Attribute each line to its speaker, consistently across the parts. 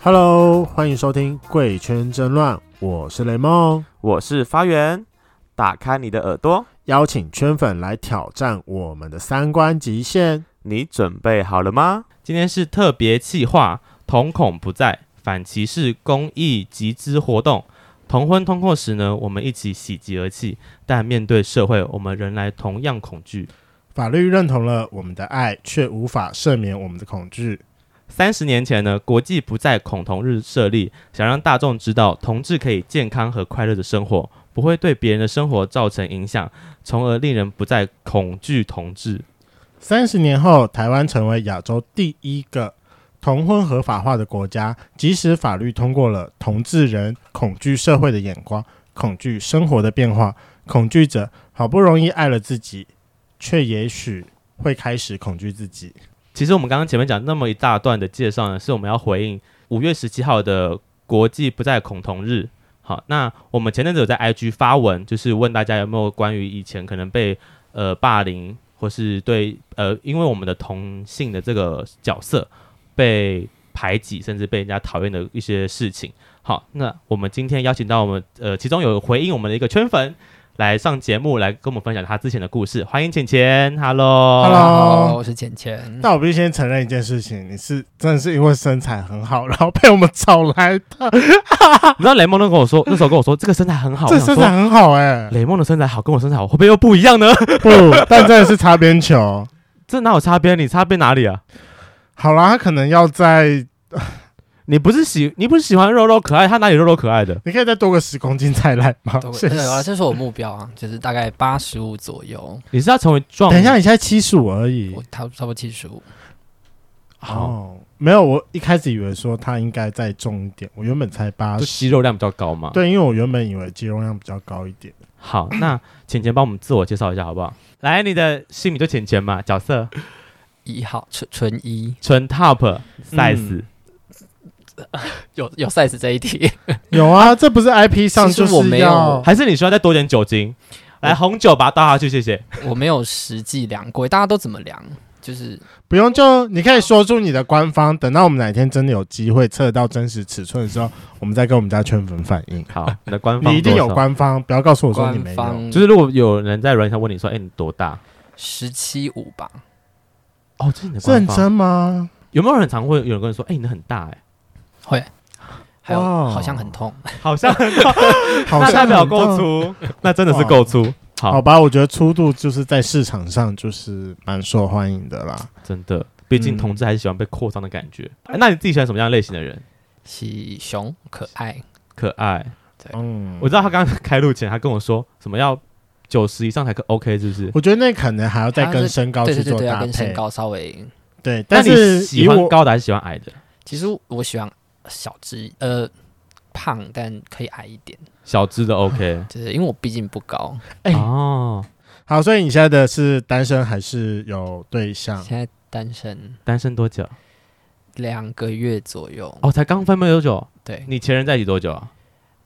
Speaker 1: Hello，欢迎收听《贵圈争乱》，我是雷梦，
Speaker 2: 我是发源，打开你的耳朵，
Speaker 1: 邀请圈粉来挑战我们的三观极限。
Speaker 2: 你准备好了吗？
Speaker 3: 今天是特别企划“瞳孔不在反歧视公益集资”活动。同婚通过时呢，我们一起喜极而泣，但面对社会，我们仍然同样恐惧。
Speaker 1: 法律认同了我们的爱，却无法赦免我们的恐惧。
Speaker 3: 三十年前呢，国际不再恐同日设立，想让大众知道同志可以健康和快乐的生活，不会对别人的生活造成影响，从而令人不再恐惧同志。
Speaker 1: 三十年后，台湾成为亚洲第一个同婚合法化的国家。即使法律通过了，同志人恐惧社会的眼光，恐惧生活的变化，恐惧者好不容易爱了自己，却也许会开始恐惧自己。
Speaker 3: 其实我们刚刚前面讲那么一大段的介绍呢，是我们要回应五月十七号的国际不再恐同日。好，那我们前阵子有在 IG 发文，就是问大家有没有关于以前可能被呃霸凌，或是对呃因为我们的同性的这个角色被排挤，甚至被人家讨厌的一些事情。好，那我们今天邀请到我们呃其中有回应我们的一个圈粉来上节目，来跟我们分享他之前的故事。欢迎浅浅 h e l l o
Speaker 1: Hello
Speaker 4: 我是浅浅。
Speaker 1: 但我必须先承认一件事情，你是真的是因为身材很好，然后被我们找来的。
Speaker 3: 你知道雷蒙都跟我说，那时候跟我说这个身材很好，
Speaker 1: 这
Speaker 3: 我想
Speaker 1: 身
Speaker 3: 说
Speaker 1: 材很好哎、
Speaker 3: 雷蒙的身材好，跟我身材好会不会又不一样呢？
Speaker 1: 不，但真的是擦边球。
Speaker 3: 这哪有擦边？你擦边哪里啊？
Speaker 1: 好啦，他可能要在，
Speaker 3: 你不是喜你不是喜欢肉肉可爱，他哪里肉肉可爱的？
Speaker 1: 你可以再多个十公斤再来吗？
Speaker 4: 对
Speaker 1: 谢谢
Speaker 4: 对啊，这是我目标啊，就是大概八十五左右，
Speaker 3: 你是要成为壮？
Speaker 1: 等一下，，你现在七十五而已哦
Speaker 4: 我。差不差不多七十五。
Speaker 3: 好，，
Speaker 1: 没有，我一开始以为说他应该再重一点，我原本才八
Speaker 3: 就
Speaker 1: 十。
Speaker 3: 肌肉量比较高嘛。，
Speaker 1: 对，因为我原本以为肌肉量比较高一点。
Speaker 3: 好，那浅浅帮我们自我介绍一下好不好？来，你的姓名就浅浅嘛，角色
Speaker 4: 一号纯纯一
Speaker 3: 纯 top
Speaker 1: 嗯
Speaker 3: size，
Speaker 4: 有有 size 这一题，
Speaker 1: 有啊，这不是 IP 上
Speaker 4: 其实
Speaker 1: 就
Speaker 4: 我
Speaker 1: 是
Speaker 4: 没有
Speaker 1: 要
Speaker 3: 还是你需要再多点酒精？来，红酒把它倒下去，谢谢。
Speaker 4: 我没有实际量过，大家都怎么量？就是
Speaker 1: 不用就你可以说出你的官方，等到我们哪天真的有机会测到真实尺寸的时候，我们再跟我们家圈粉反映。
Speaker 3: 好，你的官 方
Speaker 1: 你一定有
Speaker 3: 多少，
Speaker 1: 官方，不要告诉我说你
Speaker 4: 官
Speaker 1: 没有。
Speaker 4: 方
Speaker 3: 就是如果有人在软件上问你说，哎，你多大？
Speaker 4: 十七五吧，
Speaker 3: 哦，这是你的官
Speaker 1: 认
Speaker 3: 方。
Speaker 1: 真吗？
Speaker 3: 有没有人很常会有人跟你说，哎，你的很大，哎。
Speaker 4: 会，还有
Speaker 1: 哇
Speaker 4: 好像很痛，
Speaker 3: 好像很
Speaker 1: 好
Speaker 3: 那
Speaker 1: 像
Speaker 3: 代表
Speaker 1: 很
Speaker 3: 够
Speaker 1: 棒。
Speaker 3: 粗，那真的是够粗。
Speaker 1: 好
Speaker 3: 好，
Speaker 1: 吧，我觉得粗度就是在市场上就是蛮受欢迎的啦。
Speaker 3: 真的，毕
Speaker 1: 嗯
Speaker 3: 竟同志还是喜欢被扩张的感觉。哎那你自己喜欢什么样类型的人？
Speaker 4: 喜熊可爱，
Speaker 3: 可爱，
Speaker 1: 嗯，
Speaker 3: 我知道他刚刚开录前，他跟我说什么要九十以上才可 OK，是不是？
Speaker 1: 我觉得那可能还要再
Speaker 4: 还要
Speaker 1: 跟
Speaker 4: 是
Speaker 1: 身高
Speaker 4: 对
Speaker 1: 去
Speaker 4: 对对
Speaker 1: 做
Speaker 4: 对，要
Speaker 1: 搭
Speaker 4: 跟身
Speaker 1: 配。
Speaker 4: 高稍微，
Speaker 1: 对，
Speaker 3: 那
Speaker 1: 但
Speaker 3: 你
Speaker 1: 是
Speaker 3: 喜
Speaker 1: 以
Speaker 3: 欢
Speaker 1: 我
Speaker 3: 高的还是喜欢矮的？
Speaker 4: 其实我喜欢小只呃胖，但可以矮一点，
Speaker 3: 小只的 OK。
Speaker 4: 就是因为我毕竟不高，
Speaker 1: 哎
Speaker 3: 哦，
Speaker 1: 好，所以你现在的是单身还是有对象？
Speaker 4: 现在单身
Speaker 3: 单身多久？
Speaker 4: 两个月左右，
Speaker 3: 哦，才刚分没多久。
Speaker 4: 对，
Speaker 3: 你前任在一起多久啊？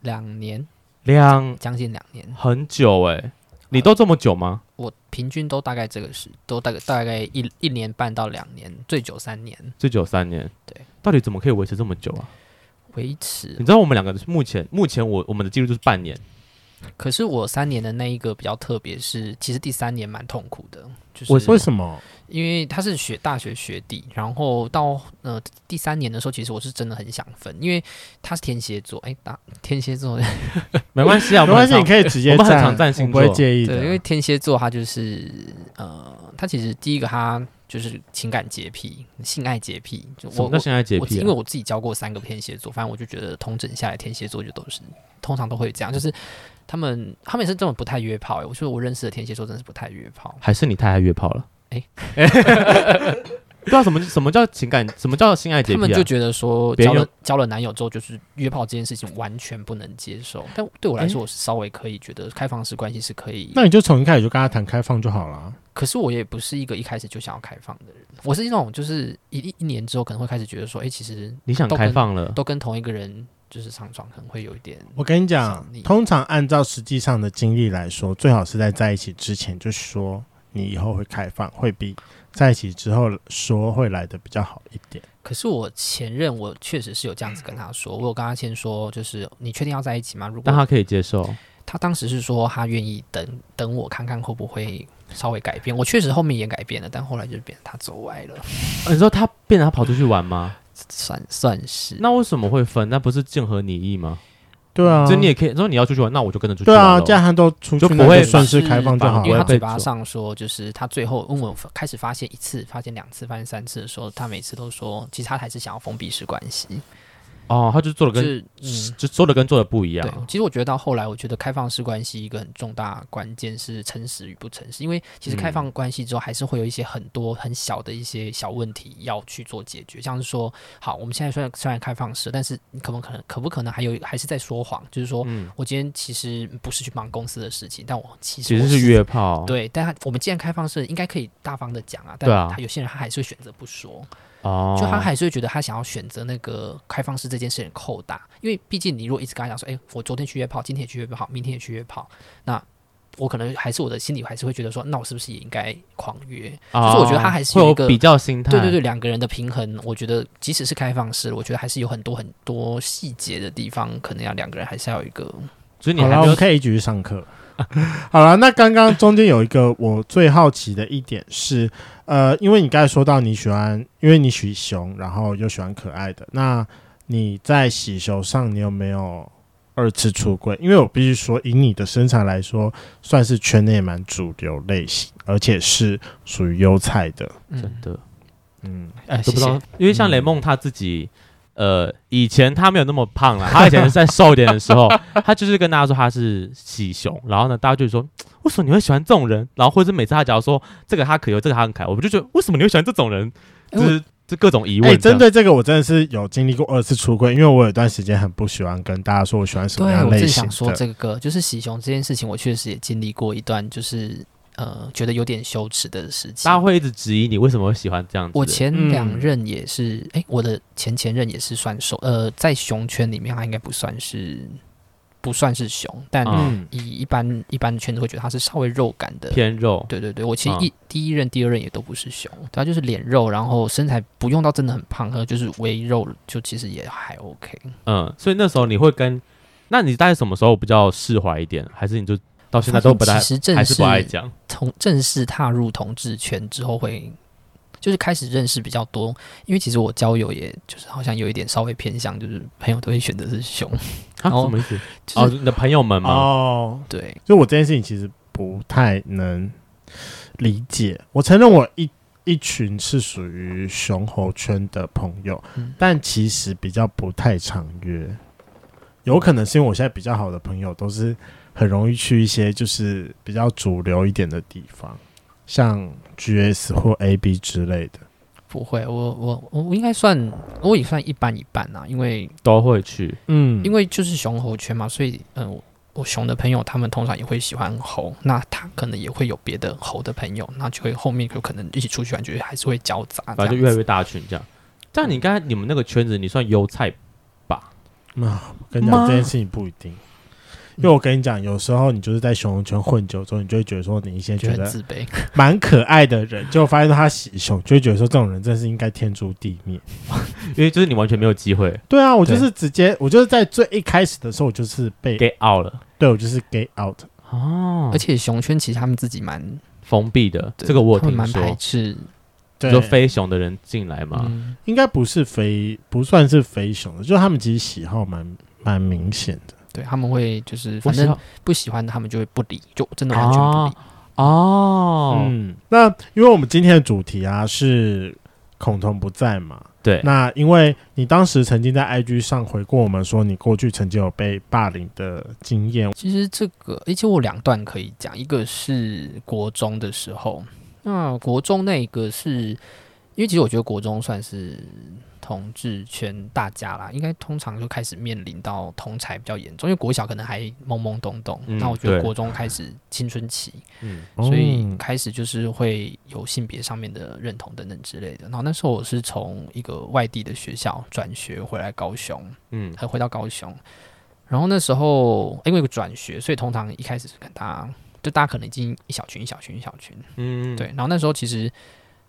Speaker 4: 两年，
Speaker 3: 两
Speaker 4: 将近两年，
Speaker 3: 很久哎，你都这么久吗？
Speaker 4: 我平均都大概这个是，都大概大概一一年半到两年，最久三年
Speaker 3: 最久三年。
Speaker 4: 对，
Speaker 3: 到底怎么可以维持这么久啊？
Speaker 4: 维
Speaker 3: 你
Speaker 4: 持。
Speaker 3: 知道我们两个目前目前我我们的记录就是半年。
Speaker 4: 可是我三年的那一个比较特别是，其实第三年蛮痛苦的，就是
Speaker 3: 为什
Speaker 1: 为什么？
Speaker 4: 因为他是学大学学弟，然后到呃第三年的时候，其实我是真的很想分，因为他是天蝎座，哎，打天蝎座，
Speaker 3: 没关系啊，
Speaker 1: 没
Speaker 3: 我
Speaker 1: 关
Speaker 3: 们
Speaker 1: 系，
Speaker 3: 很
Speaker 1: 你可以直接
Speaker 3: 我们很
Speaker 1: 站
Speaker 3: 常站星
Speaker 1: 我不会
Speaker 3: 座
Speaker 1: 介 意的。
Speaker 4: 对，因为天蝎座他就是呃，他其实第一个他就是情感洁癖、性爱洁癖，就
Speaker 3: 什
Speaker 4: 我
Speaker 3: 么叫
Speaker 4: 我
Speaker 3: 性爱洁
Speaker 4: 我
Speaker 3: 癖、
Speaker 4: 因为我自己教过三个天蝎座，反正我就觉得同整下来，天蝎座就都是通常都会这样，就是他们他们也是这种不太约炮、欸。我觉得我认识的天蝎座真的是不太约炮，
Speaker 3: 还是你太爱约炮了？
Speaker 4: 哎
Speaker 3: 不知道什么什么叫情感，什么叫性爱洁
Speaker 4: 他
Speaker 3: 癖、啊？
Speaker 4: 们就觉得说
Speaker 3: 别
Speaker 4: 交
Speaker 3: 人
Speaker 4: 了交了男友之后，就是约炮这件事情完全不能接受。但对我来说，我是稍微可以觉得开放式关系是可以，
Speaker 1: 那你就从一开始就跟他谈开放就好了。
Speaker 4: 可是我也不是一个一开始就想要开放的人，我是一种就是一一一年之后可能会开始觉得说，哎、其实
Speaker 3: 你想
Speaker 4: 都跟
Speaker 3: 开放了，
Speaker 4: 都跟同一个人就是上床，可能会有一点。
Speaker 1: 我跟你讲
Speaker 4: 想你，
Speaker 1: 通常按照实际上的经历来说，最好是在在一起之前就说你以后会开放，会比在一起之后说会来的比较好一点。
Speaker 4: 可是我前任，我确实是有这样子跟他说，我有跟他先说，就是你确定要在一起吗？如果
Speaker 3: 但他可以接受，啊
Speaker 4: 他当时是说他愿意等等我看看会不会稍微改变。我确实后面也改变了，但后来就变成他走歪了，
Speaker 3: 呃你说他变成他跑出去玩吗？
Speaker 4: 算算是。
Speaker 3: 那为什么会分？那不是尽合你意吗？
Speaker 1: 对
Speaker 4: 嗯
Speaker 1: 啊，
Speaker 3: 所以你也可以说你要出去玩，那我就跟着出去
Speaker 1: 对
Speaker 3: 玩
Speaker 4: 哦
Speaker 1: 啊，
Speaker 3: 咯
Speaker 1: 这样他都出去
Speaker 3: 就不
Speaker 1: 那
Speaker 3: 会
Speaker 1: 顺势开放就好
Speaker 4: 因
Speaker 1: 了
Speaker 4: 为他
Speaker 3: 不会被
Speaker 4: 嘴巴
Speaker 3: 抓
Speaker 4: 上说，就是他最后因为我开始发现一次、发现两次、发现三次的时候，他每次都说，其实他还是想要封闭式关系，
Speaker 3: 哦，他就做的
Speaker 4: 就
Speaker 3: 跟
Speaker 4: 是嗯，
Speaker 3: 就说的跟做的不一
Speaker 4: 对
Speaker 3: 样。，
Speaker 4: 其实我觉得到后来，我觉得开放式关系一个很重大关键是诚实与不诚实，因为其实开放关系之后，还是会有一些很多很小的一些小问题要去做解决，像是说，好，我们现在虽然虽然开放式，但是你可不可能可不可能还有还是在说谎，就是说、
Speaker 3: 嗯，
Speaker 4: 我今天其实不是去忙公司的事情，但我其实
Speaker 3: 其
Speaker 4: 我
Speaker 3: 实是约炮。
Speaker 4: 对，但他我们既然开放式，应该可以大方的讲啊，但
Speaker 3: 对啊
Speaker 4: 他有些人他还是会选择不说。
Speaker 3: 哦，
Speaker 4: 就他还是会觉得他想要选择那个开放式这件事情扣打，因为毕竟你如果一直跟他讲说，哎、我昨天去约炮，今天也去约炮，明天也去约炮，那我可能还是我的心里还是会觉得说，那我是不是也应该狂约？
Speaker 3: 哦，
Speaker 4: 就是我觉得他还是
Speaker 3: 会
Speaker 4: 有
Speaker 3: 有
Speaker 4: 一个
Speaker 3: 比较心态。
Speaker 4: 对对对，两个人的平衡，我觉得即使是开放式，我觉得还是有很多很多细节的地方，可能要两个人还是要有一个
Speaker 3: 就是你
Speaker 1: 好
Speaker 3: 还
Speaker 1: 了，
Speaker 3: 没
Speaker 1: 我
Speaker 3: 有
Speaker 1: 们可以一起去上课。 好了，那刚刚中间有一个我最好奇的一点是，呃，因为你刚才说到你喜欢，因为你喜熊，然后又喜欢可爱的，那你在喜熊上你有没有二次出柜？因为我必须说，以你的身材来说，算是圈内蛮主流类型，而且是属于优菜的。
Speaker 3: 真
Speaker 4: 嗯，
Speaker 3: 的
Speaker 1: 嗯，
Speaker 4: 哎、
Speaker 3: 都
Speaker 4: 谢
Speaker 3: 不知道
Speaker 4: 谢。，
Speaker 3: 因为像雷梦他自己。呃，以前他没有那么胖了， 他以前是在瘦一点的时候， 他就是跟大家说他是喜熊，然后呢，大家就说为什么你会喜欢这种人？然后或者是每次他只要说这个他可油，这个他很可爱，我们就觉得为什么你会喜欢这种人？
Speaker 4: 哎
Speaker 3: 就是这各种疑
Speaker 1: 哎、
Speaker 3: 问。
Speaker 1: 针，对这个，我真的是有经历过二次出柜，因为我有一段时间很不喜欢跟大家说我喜欢什么
Speaker 4: 对，
Speaker 1: 样
Speaker 4: 我正
Speaker 1: 类型
Speaker 4: 想
Speaker 1: 的。
Speaker 4: 说这个，就是喜熊这件事情，我确实也经历过一段，就是呃，觉得有点羞耻的事情。
Speaker 3: 大家会一直质疑你为什么会喜欢这样子。
Speaker 4: 我前两
Speaker 1: 嗯
Speaker 4: 任也是，哎、我的前前任也是算瘦，呃，在熊圈里面他应该不算是不算是熊，但
Speaker 3: 啊
Speaker 1: 嗯
Speaker 4: 以一般一般的圈子会觉得他是稍微肉感的。
Speaker 3: 偏肉，
Speaker 4: 对对对，我其实
Speaker 3: 啊
Speaker 4: 一、第一任、第二任也都不是熊，他就是脸肉，然后身材不用到真的很胖，可能就是微肉，就其实也还 OK。
Speaker 3: 嗯，所以那时候你会跟，那你大概什么时候比较释怀一点？还是你就到现在都不太
Speaker 4: 其实正
Speaker 3: 还
Speaker 4: 是
Speaker 3: 是不爱讲？
Speaker 4: 同正式踏入同志圈之后会。就是开始认识比较多，因为其实我交友也就是好像有一点稍微偏向，就是朋友都会选择是熊，
Speaker 3: 啊，
Speaker 4: 然后
Speaker 3: 什么意思？
Speaker 4: 就
Speaker 3: 哦，
Speaker 4: 是、
Speaker 3: 你的朋友们
Speaker 4: 嗯
Speaker 3: 吗？
Speaker 1: 哦，
Speaker 4: 对，
Speaker 1: 就我这件事情其实不太能理解。我承认我一一群是属于熊猴圈的朋友，
Speaker 4: 嗯
Speaker 1: 但其实比较不太常约。有可能是因为我现在比较好的朋友都是很容易去一些就是比较主流一点的地方，像 GS 或 AB 之类的。
Speaker 4: 不会，我我我我应该算我也算一半一半啊，因为
Speaker 3: 都会去，
Speaker 1: 嗯
Speaker 4: 因为就是熊猴圈嘛，所以嗯、我我熊的朋友他们通常也会喜欢猴，那他可能也会有别的猴的朋友，那就会后面有可能一起出去玩，就是还是会交杂，
Speaker 3: 反正就
Speaker 4: 这
Speaker 3: 越
Speaker 4: 样
Speaker 3: 来
Speaker 4: 子
Speaker 3: 越大群这样。但你刚才你们那个圈子，你算优菜
Speaker 1: 那、啊、我跟你讲
Speaker 3: 妈
Speaker 1: 这件事情不一定。因为我跟你讲，有时候你就是在熊猴圈混久之后，你就会觉得说，你先觉
Speaker 4: 觉得
Speaker 1: 得
Speaker 4: 很自卑。
Speaker 3: 哦
Speaker 1: 蛮可爱的人，结果发现他喜熊，就会觉得说这种人真是应该天诛地灭。
Speaker 3: 因为就是你完全没有机会
Speaker 1: 对啊，我就
Speaker 4: 对
Speaker 1: 是直接，我就是在最一开始的时候，我就是被
Speaker 3: get out 了
Speaker 1: 对我就是 gay out。
Speaker 3: 哦
Speaker 4: 而，且熊圈其实他们自己蛮
Speaker 3: 封闭的
Speaker 4: 对
Speaker 3: 这个我有
Speaker 4: 他们
Speaker 3: 听
Speaker 4: 蛮排
Speaker 3: 说，啊
Speaker 4: 斥
Speaker 3: 你
Speaker 1: 对，
Speaker 3: 说飞熊的人进来嘛，
Speaker 4: 嗯
Speaker 1: 应该不是非不算是非熊的，就他们其实喜好蛮蛮明显的。
Speaker 4: 对他们会就是
Speaker 3: 我
Speaker 4: 反
Speaker 3: 知
Speaker 4: 正
Speaker 3: 道
Speaker 4: 不喜欢的他们就会不理，就真的完全不理。
Speaker 3: 哦，
Speaker 1: 嗯，那因为我们今天的主题啊是孔同不在嘛，
Speaker 3: 对，
Speaker 1: 那因为你当时曾经在 IG 上回过我们说你过去曾经有被霸凌的经验，
Speaker 4: 其实这个，诶其实我两段可以讲，一个是国中的时候，那国中那个是因为其实我觉得国中算是同志圈大家啦，应该通常就开始面临到同才比较严重，因为国小可能还懵懵懂懂，
Speaker 3: 嗯
Speaker 4: 那我觉得
Speaker 3: 对
Speaker 4: 国中开始青春期，
Speaker 3: 嗯，
Speaker 4: 所以
Speaker 1: 哦
Speaker 4: 开始就是会有性别上面的认同等等之类的。然后那时候我是从一个外地的学校转学回来高雄，
Speaker 3: 嗯，
Speaker 4: 还回到高雄。然后那时候因为有个转学，所以通常一开始是跟大家，就大家可能已经一小群一小群一小群，
Speaker 3: 嗯，
Speaker 4: 对。然后那时候其实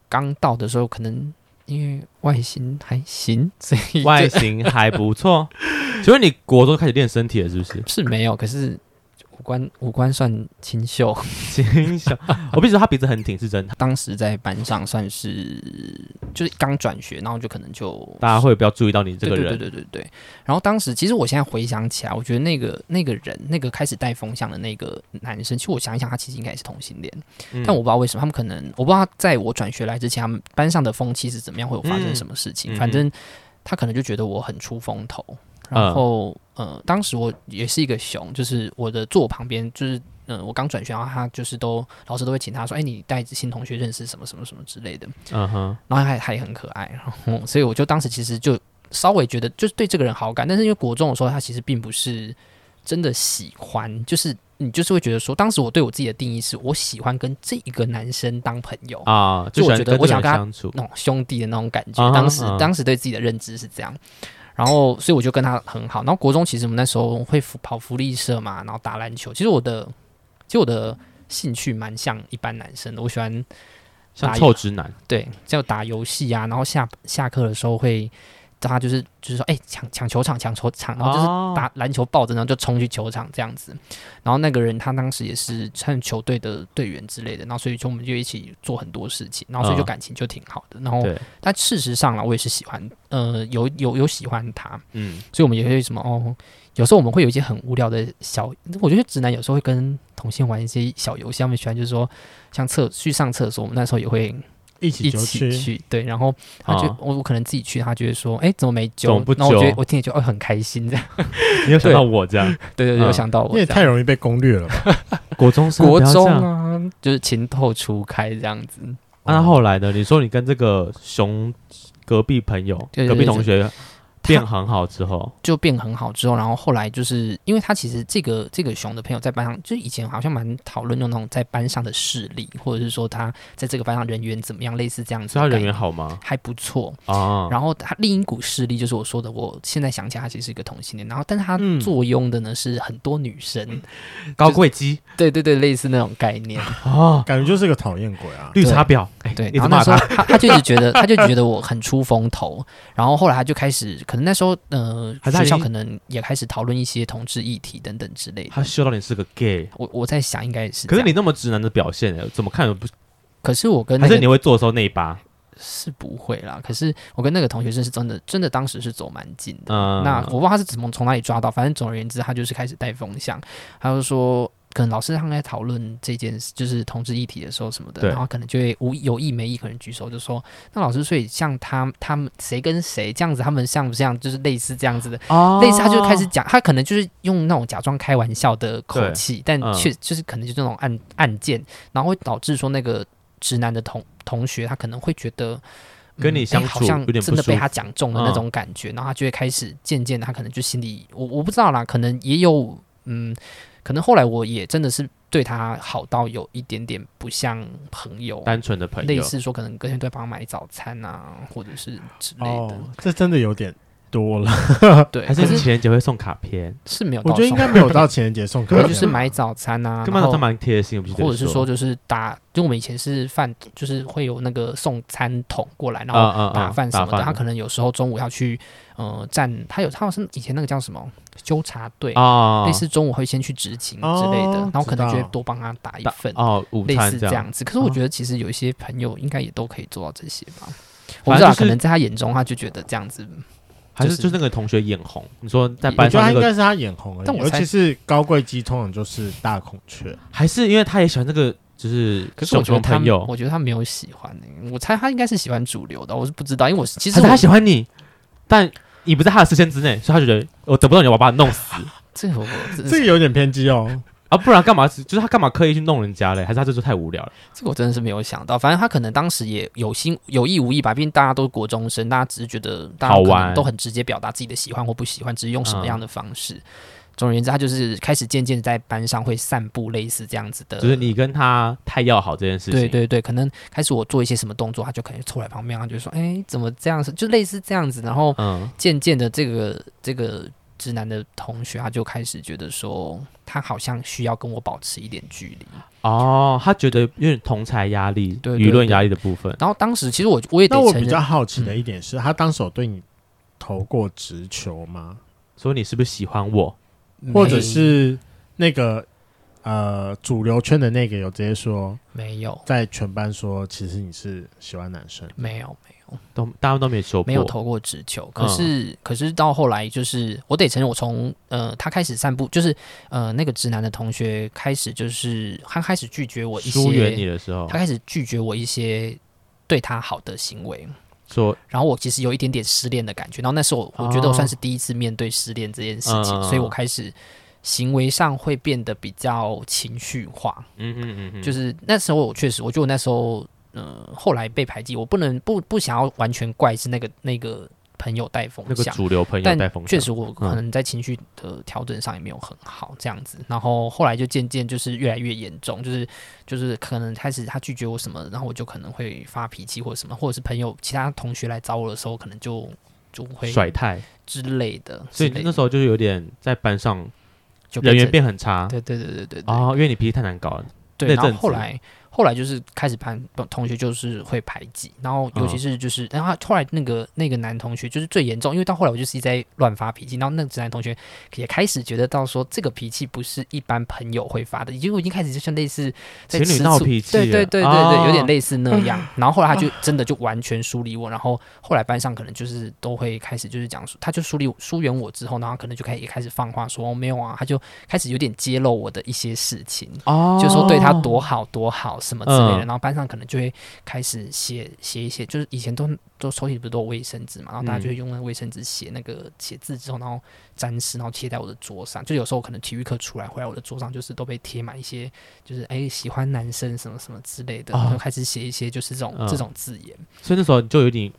Speaker 4: 刚到的时候，可能因为外形还行，所以就
Speaker 3: 嗯外形还不错。请问你国中开始练身体了是不
Speaker 4: ？
Speaker 3: 是
Speaker 4: 是没有，可是五官五官算清秀，
Speaker 3: 清秀， 我必须说他鼻子很挺是真的，
Speaker 4: 当时在班上算是就是刚转学，然后就可能就
Speaker 3: 大家会比较注意到你这个人。
Speaker 4: 对对对对对对。然后当时其实我现在回想起来，我觉得那个那个人，那个开始带风向的那个男生，其实我想一想，他其实应该也是同性恋，
Speaker 3: 嗯
Speaker 4: 但我不知道为什么，他们可能我不知道，在我转学来之前，他们班上的风气是怎么样，会有发生什么事情。
Speaker 3: 嗯嗯
Speaker 4: 反正他可能就觉得我很出风头，然后、
Speaker 3: 嗯
Speaker 4: 呃，当时我也是一个熊，就是我的坐旁边就是。嗯，我刚转学，然后他就是都老师都会请他说，哎、你带新同学认识什么什么什么之类的。
Speaker 3: 嗯哼，
Speaker 4: 然后还还很可爱，然后所以我就当时其实就稍微觉得就是对这个人好感，但是因为国中的时候他其实并不是真的喜欢，就是你就是会觉得说，当时我对我自己的定义是我喜欢跟这一个男生当朋友。
Speaker 3: 啊，就喜
Speaker 4: 就我
Speaker 3: 欢
Speaker 4: 觉得
Speaker 3: 跟这
Speaker 4: 我
Speaker 3: 个
Speaker 4: 想
Speaker 3: 人
Speaker 4: 跟他
Speaker 3: 相处。
Speaker 4: 那种兄弟的那种感觉。
Speaker 3: 啊哈
Speaker 4: 当时、
Speaker 3: 啊哈
Speaker 4: 当时对自己的认知是这样，然后所以我就跟他很好。然后国中其实我们那时候会服跑福利社嘛，然后打篮球。其实我的其实我的兴趣蛮像一般男生的，我喜欢
Speaker 3: 像
Speaker 4: 打
Speaker 3: 臭直男，
Speaker 4: 对，就打游戏啊，然后下下课的时候会，他就是就是说，哎、抢抢球场，抢球场，然后就是
Speaker 3: 哦
Speaker 4: 打篮球抱着，然后就冲去球场这样子。然后那个人他当时也是算球队的队员之类的，然后所以就我们就一起做很多事情，然后所以就
Speaker 3: 嗯
Speaker 4: 感情就挺好的。然后
Speaker 3: 对，
Speaker 4: 但事实上啦，我也是喜欢，呃，有有有喜欢他，
Speaker 3: 嗯，
Speaker 4: 所以我们也会什么哦，有时候我们会有一些很无聊的小，我觉得直男有时候会跟同性玩一些小游戏，他们喜欢就是说像厕去上厕所，我们那时候也会。
Speaker 1: 一起
Speaker 4: 一
Speaker 1: 就
Speaker 4: 起
Speaker 1: 去，
Speaker 4: 去，对，然后他就、
Speaker 3: 啊
Speaker 4: 我我可能自己去，他就会说，哎，怎么没
Speaker 3: 怎
Speaker 4: 酒？
Speaker 3: 么不
Speaker 4: 然后我
Speaker 3: 酒
Speaker 4: 觉得我听了就哦很开心这样，
Speaker 3: 你有想
Speaker 4: 对
Speaker 3: 到我这样，
Speaker 4: 对对对，
Speaker 3: 嗯
Speaker 4: 有想到我
Speaker 1: 你也
Speaker 4: 这样，
Speaker 1: 太容易被攻略了吧？
Speaker 3: 国中生
Speaker 4: 国
Speaker 3: 不要这
Speaker 4: 中
Speaker 3: 样
Speaker 4: 啊，就是情窦初开这样子，
Speaker 3: 啊那后来呢？你说你跟这个熊隔壁朋友、
Speaker 4: 对对
Speaker 3: 隔壁
Speaker 4: 对
Speaker 3: 同
Speaker 4: 对
Speaker 3: 学变很好之后，
Speaker 4: 就变很好之后，然后后来就是因为他其实这个这个熊的朋友在班上，就以前好像蛮讨论用那种在班上的势力，或者是说他在这个班上人缘怎么样，类似这样子的
Speaker 3: 所
Speaker 4: 概
Speaker 3: 以他
Speaker 4: 念，
Speaker 3: 人缘好吗？
Speaker 4: 还不错，
Speaker 3: 啊，
Speaker 4: 然后他另一股势力就是我说的，我现在想起来他其实是一个同性恋，然后但是他
Speaker 3: 嗯
Speaker 4: 坐拥的呢是很多女生，
Speaker 3: 高贵鸡
Speaker 4: 对对对，类似那种概念。
Speaker 3: 啊，
Speaker 1: 感觉就是个讨厌鬼啊！
Speaker 3: 绿茶婊，哎
Speaker 4: 对，
Speaker 3: 一
Speaker 4: 然
Speaker 3: 直
Speaker 4: 后那
Speaker 3: 骂
Speaker 4: 时候
Speaker 3: 他，
Speaker 4: 他他就一直觉得，他就觉得我很出风头。 然后后来他就开始，可能那时候呃，
Speaker 3: 还是他
Speaker 4: 学
Speaker 3: 已
Speaker 4: 校
Speaker 3: 经
Speaker 4: 可能也开始讨论一些同志议题等等之类的。
Speaker 3: 他嗅到你是个 gay。
Speaker 4: 我我在想，应该也是这
Speaker 3: 可
Speaker 4: 样。
Speaker 3: 是你那么直男的表现，哎怎么看不？
Speaker 4: 可是我跟
Speaker 3: 还
Speaker 4: 那
Speaker 3: 是你
Speaker 4: 个
Speaker 3: 会做的时候那一巴？
Speaker 4: 是不会啦。可是我跟那个同学生是真的，真的当时是走蛮近的。
Speaker 3: 嗯，
Speaker 4: 那我不知道他是怎么从哪里抓到，反正总而言之，他就是开始带风向，他就说。可能老师他们在讨论这件事，就是同志议题的时候什么的，
Speaker 3: 对
Speaker 4: 然后可能就会无有意没意，可能举手就说：“那老师，所以像他他们谁跟谁这样子，他们像不像就是类似这样子的？
Speaker 3: 哦
Speaker 4: 类似他就开始讲，他可能就是用那种假装开玩笑的口
Speaker 3: 对
Speaker 4: 气，但
Speaker 3: 嗯
Speaker 4: 却就是可能就是那种案案件，然后会导致说那个直男的同同学他可能会觉得。嗯
Speaker 3: 跟你
Speaker 4: 哎
Speaker 3: 相
Speaker 4: 好
Speaker 3: 处
Speaker 4: 像
Speaker 3: 有点
Speaker 4: 真的
Speaker 3: 不舒
Speaker 4: 被他讲中的那种感觉，然后他就会开始渐渐的，他可能就心里，我我不知道啦，可能也有，嗯，可能后来我也真的是对他好到有一点点不像朋友，
Speaker 3: 单纯的朋
Speaker 4: 类
Speaker 3: 友，
Speaker 4: 似说可能隔天对帮他买早餐啊，或者是之类的，
Speaker 1: 哦，这真的有点多 了。
Speaker 4: 对，
Speaker 3: 还是
Speaker 4: 可
Speaker 3: 你
Speaker 4: 是
Speaker 3: 情人节会送卡片？
Speaker 4: 是没有到
Speaker 1: 我
Speaker 4: 送
Speaker 1: 觉
Speaker 4: 的，
Speaker 1: 得应该没有到情人节送
Speaker 4: 可
Speaker 1: 客，
Speaker 4: 能就是买早餐
Speaker 3: 跟
Speaker 4: 啊，然
Speaker 3: 班长
Speaker 4: 后
Speaker 3: 他蛮贴心，我必须得
Speaker 4: 或者是
Speaker 3: 说
Speaker 4: 说，就是打，就我们以前是饭，就是会有那个送餐桶过来，然
Speaker 3: 啊
Speaker 4: 后
Speaker 3: 啊
Speaker 4: 打
Speaker 3: 啊，
Speaker 4: 饭什么的。
Speaker 3: 打
Speaker 4: 他可能有时候中午要去，呃，站，他有他好像是以前那个叫什么纠察队，
Speaker 3: 啊，
Speaker 4: 类似中午会先去执勤之类的，
Speaker 1: 哦
Speaker 4: 然后可能就
Speaker 1: 知
Speaker 4: 会
Speaker 1: 道
Speaker 4: 多帮他打一
Speaker 3: 打
Speaker 4: 份，
Speaker 3: 哦，午
Speaker 4: 类
Speaker 3: 餐
Speaker 4: 似
Speaker 3: 这
Speaker 4: 这
Speaker 3: 样
Speaker 4: 样子。可是我
Speaker 3: 哦
Speaker 4: 觉得其实有一些朋友应该也都可以做到这些吧。我不
Speaker 3: 反正
Speaker 4: 知道，
Speaker 3: 就是
Speaker 4: 可能在他眼中，他就觉得这样子
Speaker 3: 还是
Speaker 4: 就是
Speaker 3: 就是那个同学眼红，你说在
Speaker 1: 我
Speaker 3: 班
Speaker 1: 觉得他
Speaker 3: 上那
Speaker 1: 应
Speaker 3: 个，
Speaker 1: 该是他眼红而
Speaker 4: 但
Speaker 1: 已，
Speaker 4: 我
Speaker 1: 尤
Speaker 4: 猜嗯
Speaker 1: 其是高贵鸡通常就是大孔雀，
Speaker 3: 还是因为他也喜欢这个，就是
Speaker 4: 可是我觉
Speaker 3: 熊
Speaker 4: 得
Speaker 3: 熊
Speaker 4: 他
Speaker 3: 朋，友，
Speaker 4: 我觉得他没有喜欢、欸，我猜他应该是喜欢主流的，我是不知道，因为我是其
Speaker 3: 其
Speaker 4: 实
Speaker 3: 啊他
Speaker 4: 我
Speaker 3: 喜欢你，但你不在他的视线之内，所以他觉得我得不到你，我要把你弄死
Speaker 4: 这个我真的
Speaker 1: 这
Speaker 4: 是
Speaker 1: 个有点偏激
Speaker 4: 嗯
Speaker 1: 哦。
Speaker 3: 啊，不然干嘛？就是他干嘛刻意去弄人家嘞？还是他这就太无聊了？
Speaker 4: 这个我真的是没有想到，反正他可能当时也有心有意无意吧，毕竟大家都是国中生，大家只是觉得大家
Speaker 3: 好
Speaker 4: 可
Speaker 3: 玩
Speaker 4: 能都很直接表达自己的喜欢或不喜欢，只是用什
Speaker 3: 嗯
Speaker 4: 么样的方式。总而言之，他就是开始渐渐地在班上会散布类似这样子的，
Speaker 3: 就是你跟他太要好这件事情，
Speaker 4: 呃对对对，可能开始我做一些什么动作，他就可能凑来旁边，他就说：“哎，怎么这样子？”就类似这样子，然后
Speaker 3: 嗯，
Speaker 4: 渐渐的这个这个直男的同学，啊他就开始觉得说，他好像需要跟我保持一点距离。
Speaker 3: 哦，他觉得有点同才压力、
Speaker 4: 对对
Speaker 3: 舆论压力的部分。
Speaker 4: 然后当时其实我我也得
Speaker 1: 那我
Speaker 4: 承
Speaker 1: 比
Speaker 4: 认
Speaker 1: 较，好奇的一点是，他当时有对你投过直球吗？
Speaker 3: 说你是不是喜欢我？
Speaker 1: 或者
Speaker 4: 没
Speaker 1: 是那个呃主流圈的那个有直接说
Speaker 4: 没有
Speaker 1: 在全班说，其实你是喜欢男生？
Speaker 4: 没有
Speaker 3: 都大家都没说过，嗯
Speaker 4: 没有投过直球，可是、可是到后来就是我得承认，我从呃他开始散步，就是呃那个直男的同学开始就是他开始拒绝我一
Speaker 3: 疏远你
Speaker 4: 些，
Speaker 3: 的时候
Speaker 4: 他，开始拒绝我一些对他好的行为，
Speaker 3: 说
Speaker 4: 然后我其实有一点点失恋的感觉，然后那是我我觉得我算是第一次面对失恋这件事情，
Speaker 3: 哦嗯嗯嗯
Speaker 4: 所以我开始行为上会变得比较情绪化，
Speaker 3: 嗯嗯嗯嗯，
Speaker 4: 就是那时候我确实，我觉得我那时候，呃，后来被排挤，我不能不不想要完全怪是那个那个朋友带风
Speaker 3: 那个
Speaker 4: 向，
Speaker 3: 主流朋友带风
Speaker 4: 但
Speaker 3: 向，嗯
Speaker 4: 确实我可能在情绪的调整上也没有很好这样子，然后后来就渐渐就是越来越严重，就是就是可能开始他拒绝我什么，然后我就可能会发脾气或者什么，或者是朋友其他同学来找我的时候，可能就就会
Speaker 3: 甩态，
Speaker 4: 之类的，
Speaker 3: 所以
Speaker 4: 之类
Speaker 3: 那
Speaker 4: 的
Speaker 3: 时候就是有点在班上
Speaker 4: 就
Speaker 3: 人缘变
Speaker 4: 变
Speaker 3: 很差
Speaker 4: 成对对对对对对
Speaker 3: 哦，因为你脾气太难搞了，
Speaker 4: 对，
Speaker 3: 那
Speaker 4: 然后
Speaker 3: 阵
Speaker 4: 后
Speaker 3: 子
Speaker 4: 来后来就是开始班同学就是会排挤，然后尤
Speaker 3: 嗯
Speaker 4: 其是就是，然后他后来那个那个男同学就是最严重，因为到后来我就是一直在乱发脾气，然后那个直男同学也开始觉得到说这个脾气不是一般朋友会发的，已经我已经开始就像类似在
Speaker 3: 情侣
Speaker 4: 吃
Speaker 3: 闹
Speaker 4: 醋
Speaker 3: 脾气
Speaker 4: 对对对对对，有点
Speaker 3: 哦
Speaker 4: 类似那 样。然后后来他就真的就完全疏离我，然后后来班上可能就是都会开始就是讲说，他就疏离疏远我之后，然后可能就开始也开始放话说、哦、没有啊，他就开始有点揭露我的一些事情。
Speaker 3: 哦，
Speaker 4: 就说对他多好多好什么之类的，
Speaker 3: 嗯
Speaker 4: 然后班上可能就会开始写写一些，就是以前都都抽屉不是都有卫生
Speaker 3: 嗯
Speaker 4: 纸嘛，然后大家就会用那个卫生纸写那个写字之后，然后沾湿，然后贴在我的桌上。就有时候可能体育课出来回来，我的桌上就是都被贴满一些，就是哎喜欢男生什么什么之类的，
Speaker 3: 哦
Speaker 4: 然后开始写一些就是这种、
Speaker 3: 嗯
Speaker 4: 这种字眼。
Speaker 3: 所以那时候你就有点，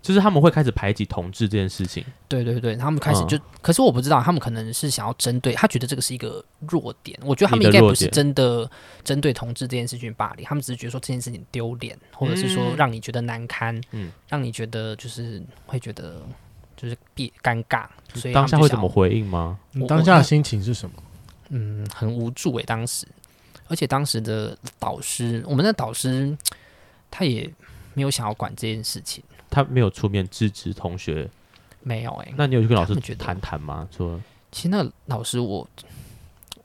Speaker 3: 就是他们会开始排挤同志这件事情，
Speaker 4: 对对对，他们开始
Speaker 3: 嗯
Speaker 4: 就，可是我不知道，他们可能是想要针对，他觉得这个是一个弱点。我觉得他们
Speaker 3: 你的
Speaker 4: 应该
Speaker 3: 弱
Speaker 4: 不是
Speaker 3: 点
Speaker 4: 真的针对同志这件事情霸凌，他们只是觉得说这件事情丢脸，或者是说
Speaker 3: 嗯
Speaker 4: 让你觉得难堪，
Speaker 3: 嗯
Speaker 4: 让你觉得就是会觉得就是别尴尬，所以他
Speaker 3: 当
Speaker 4: 们
Speaker 3: 下
Speaker 4: 就
Speaker 3: 会怎
Speaker 4: 想
Speaker 3: 么
Speaker 4: 要
Speaker 3: 回应吗？
Speaker 1: 你
Speaker 4: 我
Speaker 1: 当
Speaker 4: 我
Speaker 1: 下
Speaker 4: 那
Speaker 1: 的心情是什么？
Speaker 4: 嗯很无助诶、当时，而且当时的导师，我们的导师他也没有想要管这件事情，
Speaker 3: 他没有出面支持同学，
Speaker 4: 没有欸诶、
Speaker 3: 那你有去跟老师
Speaker 4: 他们觉得
Speaker 3: 谈谈吗？说
Speaker 4: 其实那个老师我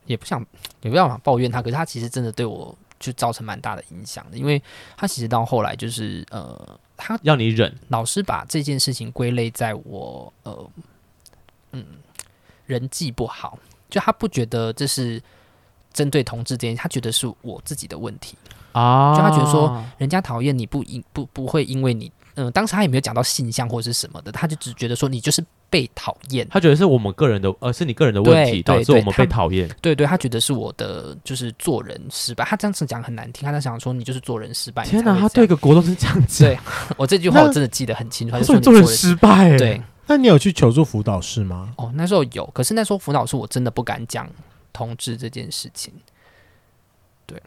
Speaker 4: 也不想也不要想抱怨他，可是他其实真的对我就造成蛮大的影响的，因为他其实到后来就是呃，他
Speaker 3: 要你忍，
Speaker 4: 老师把这件事情归类在我呃嗯人际不好，就他不觉得这是。针对同志这件，他觉得是我自己的问题，
Speaker 3: 啊，
Speaker 4: 就他觉得说人家讨厌你不因不不会因为你，嗯、当时他也没有讲到性向或者是什么的，他就只觉得说你就是被讨厌，
Speaker 3: 他觉得是我们个人的，呃，是你个人的问题
Speaker 4: 对对
Speaker 3: 导致我们
Speaker 4: 对他
Speaker 3: 被讨厌。
Speaker 4: 对对，他觉得是我的就是做人失败，他这样子讲很难听，他在想说你就是做人失败。你
Speaker 3: 天
Speaker 4: 才
Speaker 3: 哪，
Speaker 4: 会
Speaker 3: 他
Speaker 4: 这
Speaker 3: 对一
Speaker 4: 样
Speaker 3: 个国中生这样子，
Speaker 4: 对我这句话
Speaker 1: 那
Speaker 4: 我真的记得很清楚，他
Speaker 3: 他说
Speaker 4: 就说
Speaker 3: 你
Speaker 4: 你
Speaker 3: 做
Speaker 4: 做
Speaker 3: 人
Speaker 4: 人
Speaker 3: 失败、欸，
Speaker 4: 对，
Speaker 1: 那你有去求助辅导室吗？
Speaker 4: 哦，那时候有，可是那时候辅导室我真的不敢讲同志这件事情。对，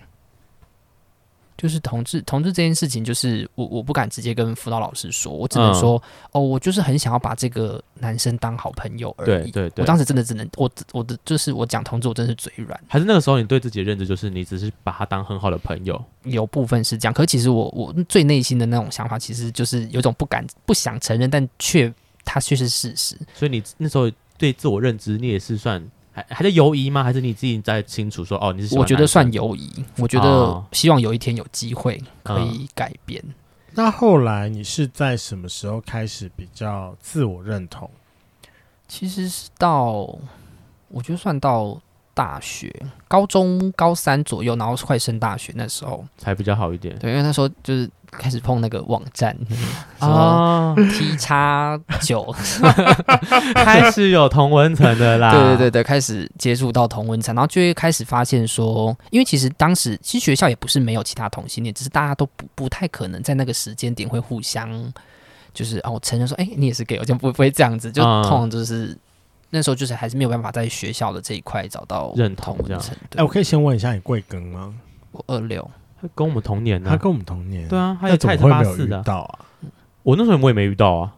Speaker 4: 就是同志同志这件事情，就是我我不敢直接跟辅导老师说，我只能
Speaker 3: 嗯
Speaker 4: 说、哦，我就是很想要把这个男生当好朋友而
Speaker 3: 对
Speaker 4: 已。
Speaker 3: 对对
Speaker 4: 我当时真的只能我我的就是我讲同志，我真的是嘴软。
Speaker 3: 还是那个时候你对自己的认知就是你只是把他当很好的朋友，
Speaker 4: 有部分是这样，可是其实我我最内心的那种想法，其实就是有种不敢不想承认，但却它却是事实。
Speaker 3: 所以你那时候对自我认知，你也是算还还在犹疑吗？还是你自己在清楚说哦，你是喜欢
Speaker 4: 我觉得
Speaker 3: 男生
Speaker 4: 算犹疑，我觉得
Speaker 3: 哦
Speaker 4: 希望有一天有机会
Speaker 3: 嗯
Speaker 4: 可以改变。
Speaker 1: 那后来你是在什么时候开始比较自我认同？
Speaker 4: 其实是到我觉得算到大学、高中高三左右，然后快升大学那时候，
Speaker 3: 才比较好一点
Speaker 4: 对，因为那时候就是开始碰那个网站，
Speaker 3: 嗯
Speaker 4: 什么
Speaker 3: 啊，
Speaker 4: T 叉九，
Speaker 3: 开始有同文层的啦。
Speaker 4: 对对对对，开始接触到同温层，然后就会开始发现说，因为其实当时其实学校也不是没有其他同性恋，只是大家都不不太可能在那个时间点会互相就是哦承认说，哎、你也是 gay，我就不不会这样子，就
Speaker 3: 嗯
Speaker 4: 通常就是、那时候就是还是没有办法在学校的这一块找到
Speaker 3: 认
Speaker 4: 同
Speaker 3: 同
Speaker 4: 温
Speaker 3: 这样
Speaker 4: 层。
Speaker 1: 哎、
Speaker 4: 对，
Speaker 1: 我可以先问一下你贵庚吗？
Speaker 4: 我二六，
Speaker 3: 他跟我们同年呢、
Speaker 1: 他跟我们同年，
Speaker 3: 啊对啊，他
Speaker 1: 那
Speaker 3: 也
Speaker 1: 怎
Speaker 3: 他
Speaker 1: 么会
Speaker 3: 也是八
Speaker 1: 没有
Speaker 3: 四
Speaker 1: 遇
Speaker 3: 的啊。
Speaker 1: 到啊？
Speaker 3: 我那时候我也没遇到啊。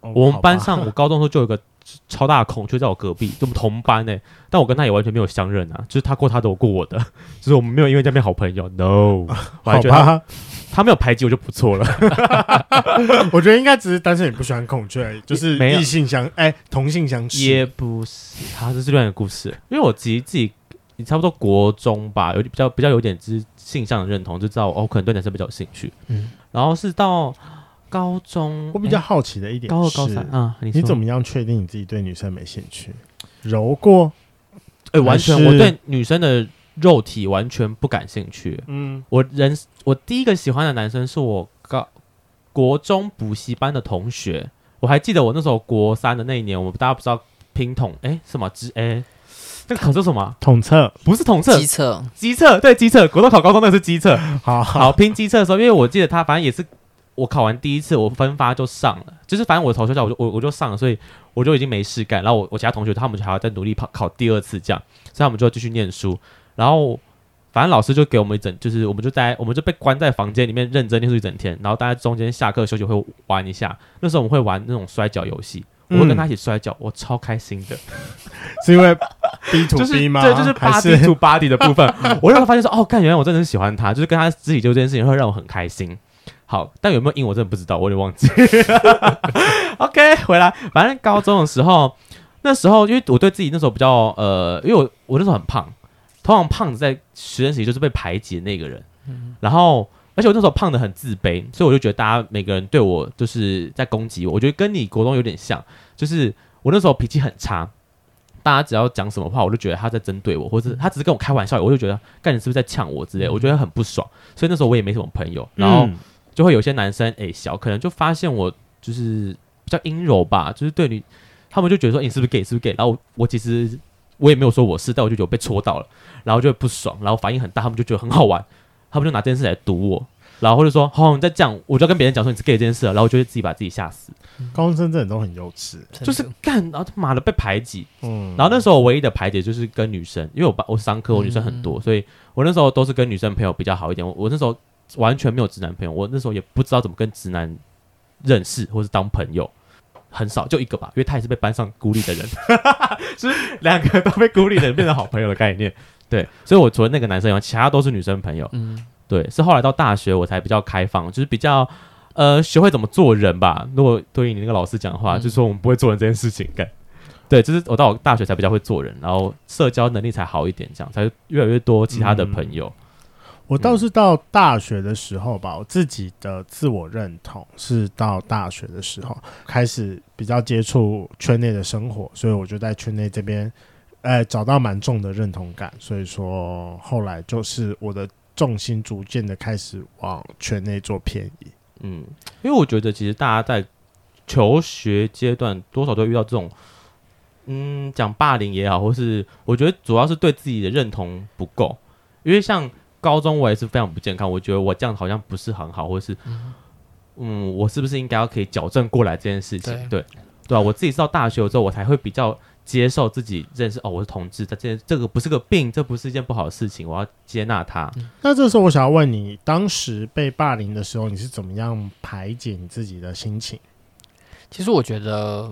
Speaker 1: 哦
Speaker 3: 我
Speaker 1: 好
Speaker 3: 们
Speaker 1: 吧
Speaker 3: 班上，我高中的时候就有一个 超大的孔雀在我隔壁，就我们同班哎、但我跟他也完全没有相认啊，就是他过他的，我过我的， 就是我们没有因为这样变好朋友。No，我 还
Speaker 1: 好
Speaker 3: 觉得
Speaker 1: 吧，
Speaker 3: 他没有排挤我就不错了。
Speaker 1: 我觉得应该只是单身，你不喜欢孔雀而已，就是
Speaker 3: 没有
Speaker 1: 异性相哎、同性相斥。
Speaker 3: 也不是，他、这是另外一个故事。因为我自己自己，你差不多国中吧，有比较比较有点之性向的认同，就知道哦，可能对男生比较有兴趣。
Speaker 4: 嗯
Speaker 3: 然后是到高中，
Speaker 1: 我比较
Speaker 3: 诶
Speaker 1: 好奇的一点
Speaker 3: 高二
Speaker 1: 是，
Speaker 3: 高三啊，你
Speaker 1: 你
Speaker 3: 说
Speaker 1: 怎么样确定你自己对女生没兴趣？揉过，
Speaker 3: 哎、完全
Speaker 1: 还是
Speaker 3: 我对女生的肉体完全不感兴趣。
Speaker 1: 嗯，
Speaker 3: 我人我第一个喜欢的男生是我高国中补习班的同学，我还记得我那时候国三的那一年，我们大家不知道拼统哎、什么之哎、那个考是什么啊？
Speaker 1: 统 测
Speaker 3: 不是统测
Speaker 4: 机，测
Speaker 3: 机测对机测，国中考高中那是机测。
Speaker 1: 好
Speaker 3: 好拼机测的时候，因为我记得他反正也是我考完第一次，我分发就上了，就是反正我投学校我就我我就上了，所以我就已经没事干。然后我我其他同学他们就还要再努力考考第二次这样，所以他们就继续念书。然后反正老师就给我们一整，就是我们就待我们就被关在房间里面认真念书一整天，然后大家中间下课休息会玩一下。那时候我们会玩那种摔跤游戏。我会跟他一起摔跤，我超开心的，
Speaker 1: 是因为 B to
Speaker 3: 就是
Speaker 1: B 吗？
Speaker 3: 对，就是
Speaker 1: 还
Speaker 3: body
Speaker 1: 是
Speaker 3: to body 的部分， 我让他发现说，哦，干，原来我真的很喜欢他，就是跟他肢体接触这件事情会让我很开心。好，但有没有硬我真的不知道，我有点忘记。OK，回来，反正高中的时候，那时候因为我对自己那时候比较呃，因为我我那时候很胖，通常胖子在实验室里就是被排挤的那个人，然后。而且我那时候胖的很自卑，所以我就觉得大家每个人对我就是在攻击我。我觉得跟你国中有点像，就是我那时候脾气很差，大家只要讲什么话，我就觉得他在针对我，或者他只是跟我开玩笑，我就觉得干你是不是在呛我之类，我觉得很不爽。所以那时候我也没什么朋友，然后
Speaker 1: 嗯
Speaker 3: 就会有些男生诶、小，可能就发现我就是比较阴柔吧，就是对你，他们就觉得说、诶你是不是 gay，你是不是 gay？然后我我其实我也没有说我是，但我就觉得我被戳到了，然后就会不爽，然后反应很大，他们就觉得很好玩，他们就拿这件事来堵我。然后或者说，好、你再这样，我就要跟别人讲说你是 gay 这件事了，然后我就会自己把自己吓死，
Speaker 1: 高中生真的都很幼稚，
Speaker 3: 就是干，然后他妈的被排挤，
Speaker 1: 嗯，
Speaker 3: 然后那时候我唯一的排解就是跟女生，因为我班我商科我女生很多，所以我那时候都是跟女生朋友比较好一点。我我那时候完全没有直男朋友，我那时候也不知道怎么跟直男认识或是当朋友，很少就一个吧，因为他也是被班上孤立的人，就是 两个都被孤立的人变成好朋友的概 念。对，所以我除了那个男生以外，其他都是女生朋友。
Speaker 4: 嗯，
Speaker 3: 对，是后来到大学我才比较开放，就是比较呃学会怎么做人吧。如果对于你那个老师讲的话，
Speaker 4: 嗯
Speaker 3: 就说我们不会做人这件事情，干。对，就是我到我大学才比较会做人，然后社交能力才好一点，这样才越来越多其
Speaker 4: 嗯
Speaker 3: 他的朋友。
Speaker 1: 我倒是到大学的时候吧，我自己的自我认同是到大学的时候开始比较接触圈内的生活，所以我就在圈内这边，呃，找到蛮重的认同感。所以说后来就是我的重心逐渐的开始往圈内做偏移。
Speaker 3: 嗯，因为我觉得其实大家在求学阶段多少都会遇到这种，嗯，讲霸凌也好，或是我觉得主要是对自己的认同不够，因为像高中我也是非常不健康，我觉得我这样好像不是很好，或是嗯，我是不是应该要可以矫正过来这件事情？对对啊，我自己是到大学之后，我才会比较接受自己认识哦，我是同志，这件这个不是个病，这不是一件不好的事情，我要接纳它。
Speaker 1: 那这时候我想要问你，当时被霸凌的时候，你是怎么样排解你自己的心情？
Speaker 4: 其实我觉得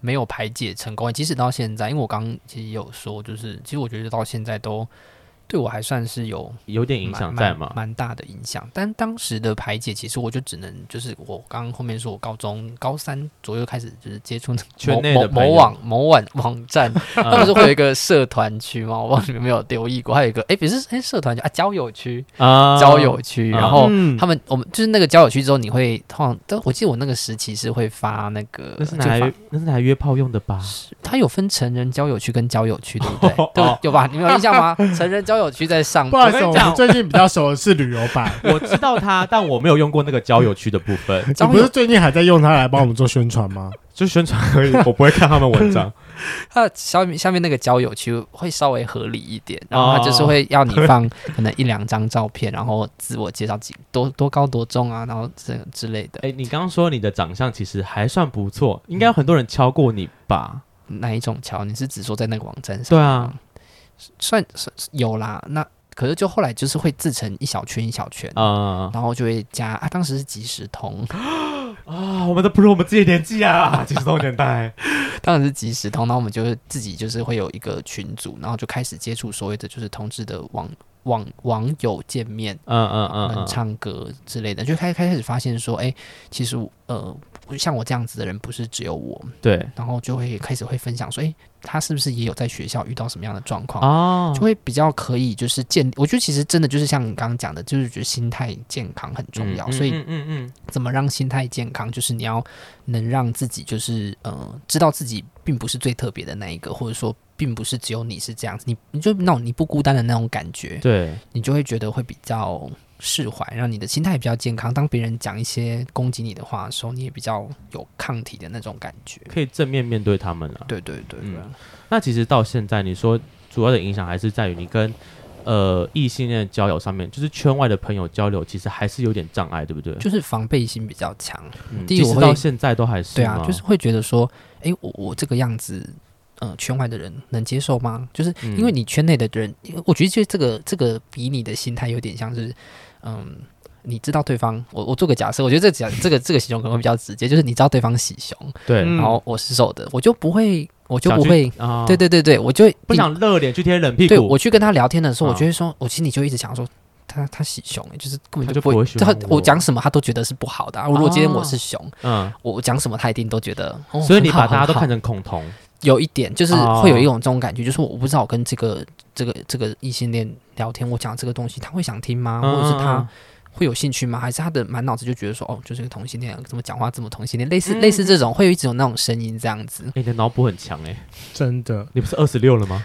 Speaker 4: 没有排解成功，即使到现在，因为我刚刚其实也有说，就是其实我觉得到现在都对我还算是有
Speaker 3: 有点影
Speaker 4: 蛮
Speaker 3: 响
Speaker 4: 蛮
Speaker 3: 在嘛？
Speaker 4: 蛮大的影响。但当时的排解，其实我就只能就是我刚刚后面说，我高中高三左右开始就是接触那个
Speaker 3: 圈
Speaker 4: 某
Speaker 3: 内
Speaker 4: 某
Speaker 3: 的朋
Speaker 4: 某
Speaker 3: 友
Speaker 4: 网 某网网站，
Speaker 3: 嗯
Speaker 4: 那不是会有一个社团区吗？我不知道你们有没有留意过，还有一个哎，诶不是哎社团区啊，交友区，
Speaker 3: 啊
Speaker 4: 交友区，
Speaker 3: 啊
Speaker 4: 然后。
Speaker 1: 嗯
Speaker 4: 他们，我们就是那个交友区之后，你会通常，但我记得我那个时期是会发那个，
Speaker 3: 那是
Speaker 4: 就
Speaker 3: 拿来
Speaker 4: 发
Speaker 3: 那是拿来约炮用的吧？
Speaker 4: 它有分成人交友区跟交友区，对不对？ 对
Speaker 3: 哦
Speaker 4: 不，有吧？你们有印象吗？成人交友区在上
Speaker 1: 不好意思，
Speaker 3: 我跟
Speaker 1: 我
Speaker 3: 你讲
Speaker 1: 们最近比较熟的是旅游版，
Speaker 3: 我知道它，但我没有用过那个交友区的部分，
Speaker 1: 你
Speaker 4: 交
Speaker 1: 不是
Speaker 4: 友，
Speaker 1: 最近还在用它来帮我们做宣传吗？
Speaker 3: 就宣传而已，我不会看他们文章。
Speaker 4: 它下面下面那个交友区会稍微合理一点，然后它就是会要你放 可能一两张照片，然后自我介绍几多 多高多重啊，然后这之类的
Speaker 3: 哎、你刚刚说你的长相其实还算不错，应该有很多人敲过你吧？
Speaker 4: 哪一种桥？你是只说在那个网站上？
Speaker 3: 对啊，
Speaker 4: 算算有啦。那可是就后来就是会自成一小圈一小圈
Speaker 3: 啊、
Speaker 4: 然后就会加啊，当时是即时通，
Speaker 3: 啊，我们都不如我们自己的年纪啊，几十多年代。
Speaker 4: 当然是即时通，然后我们就是自己就是会有一个群组，然后就开始接触所谓的就是同志的网网网友见面，
Speaker 3: 嗯嗯嗯
Speaker 4: 嗯，
Speaker 3: 嗯，
Speaker 4: 唱歌之类的，就开开始发现说，哎、其实我呃，像我这样子的人不是只有我，
Speaker 3: 对
Speaker 4: 然后就会开始会分享说，哎、他是不是也有在学校遇到什么样的状况？
Speaker 3: 哦
Speaker 4: 就会比较可以，就是建立。我觉得其实真的就是像你刚刚讲的，就是觉得心态健康很重要。所以
Speaker 3: 嗯嗯嗯，
Speaker 4: 怎么让心态健康，就是你要能让自己就是呃，知道自己并不是最特别的那一个，或者说并不是只有你是这样子，你你就那种你不孤单的那种感觉，
Speaker 3: 对，
Speaker 4: 你就会觉得会比较释怀，让你的心态也比较健康。当别人讲一些攻击你的话的时候，你也比较有抗体的那种感觉。
Speaker 3: 可以正面面对他们了。
Speaker 4: 对对对对，啊
Speaker 3: 嗯那其实到现在，你说主要的影响还是在于你跟呃异性恋的交友上面，就是圈外的朋友交流，其实还是有点障碍，对不对？
Speaker 4: 就是防备心比较强。
Speaker 3: 嗯
Speaker 4: 第一
Speaker 3: 即使
Speaker 4: 我会
Speaker 3: 到现在都还是
Speaker 4: 对啊，
Speaker 3: 吗
Speaker 4: 就是会觉得说，诶，我我这个样子，呃，圈外的人能接受吗？就是因为
Speaker 3: 嗯
Speaker 4: 你圈内的人，我觉得就这个这个比你的心态有点像是，嗯，你知道对方，我我做个假设，我觉得这个假这个这个形容可能会比较直接，就是你知道对方喜熊，
Speaker 3: 对，
Speaker 1: 嗯
Speaker 4: 然后我是瘦的，我就不会，我就
Speaker 3: 想
Speaker 4: 不
Speaker 3: 去
Speaker 4: 会，
Speaker 3: 啊，
Speaker 4: 对对对对，我就会
Speaker 3: 不想热脸去贴冷屁股，
Speaker 4: 对我去跟他聊天的时候，
Speaker 3: 啊
Speaker 4: 我就会说，我心里就一直想说，他他喜熊、欸就是根本
Speaker 3: 他就
Speaker 4: 就不
Speaker 3: 不
Speaker 4: 会
Speaker 3: 会喜欢
Speaker 4: 他
Speaker 3: 我
Speaker 4: 我讲什么他都觉得是不好的、啊。如果今天我
Speaker 3: 哦
Speaker 4: 是熊，
Speaker 3: 嗯，
Speaker 4: 我我讲什么他一定都觉得。哦
Speaker 3: 所以你
Speaker 4: 很好
Speaker 3: 把大家都
Speaker 4: 很好
Speaker 3: 看成恐
Speaker 4: 哦
Speaker 3: 同，
Speaker 4: 有一点，就是
Speaker 3: 哦
Speaker 4: 会有一种这种感觉，就是我不知道我跟这个这个这个异性恋聊天，我讲这个东西他会想听吗？或者是他
Speaker 3: 嗯
Speaker 4: 会有兴趣吗？还是他的满脑子就觉得说，哦，就是个同性恋，怎么讲话这么同性恋，类
Speaker 3: 嗯
Speaker 4: 似类似这种，会有一种那种声音这样子。
Speaker 3: 哎，你的脑补很强哎，
Speaker 1: 真的。
Speaker 3: 你不是二十六了吗？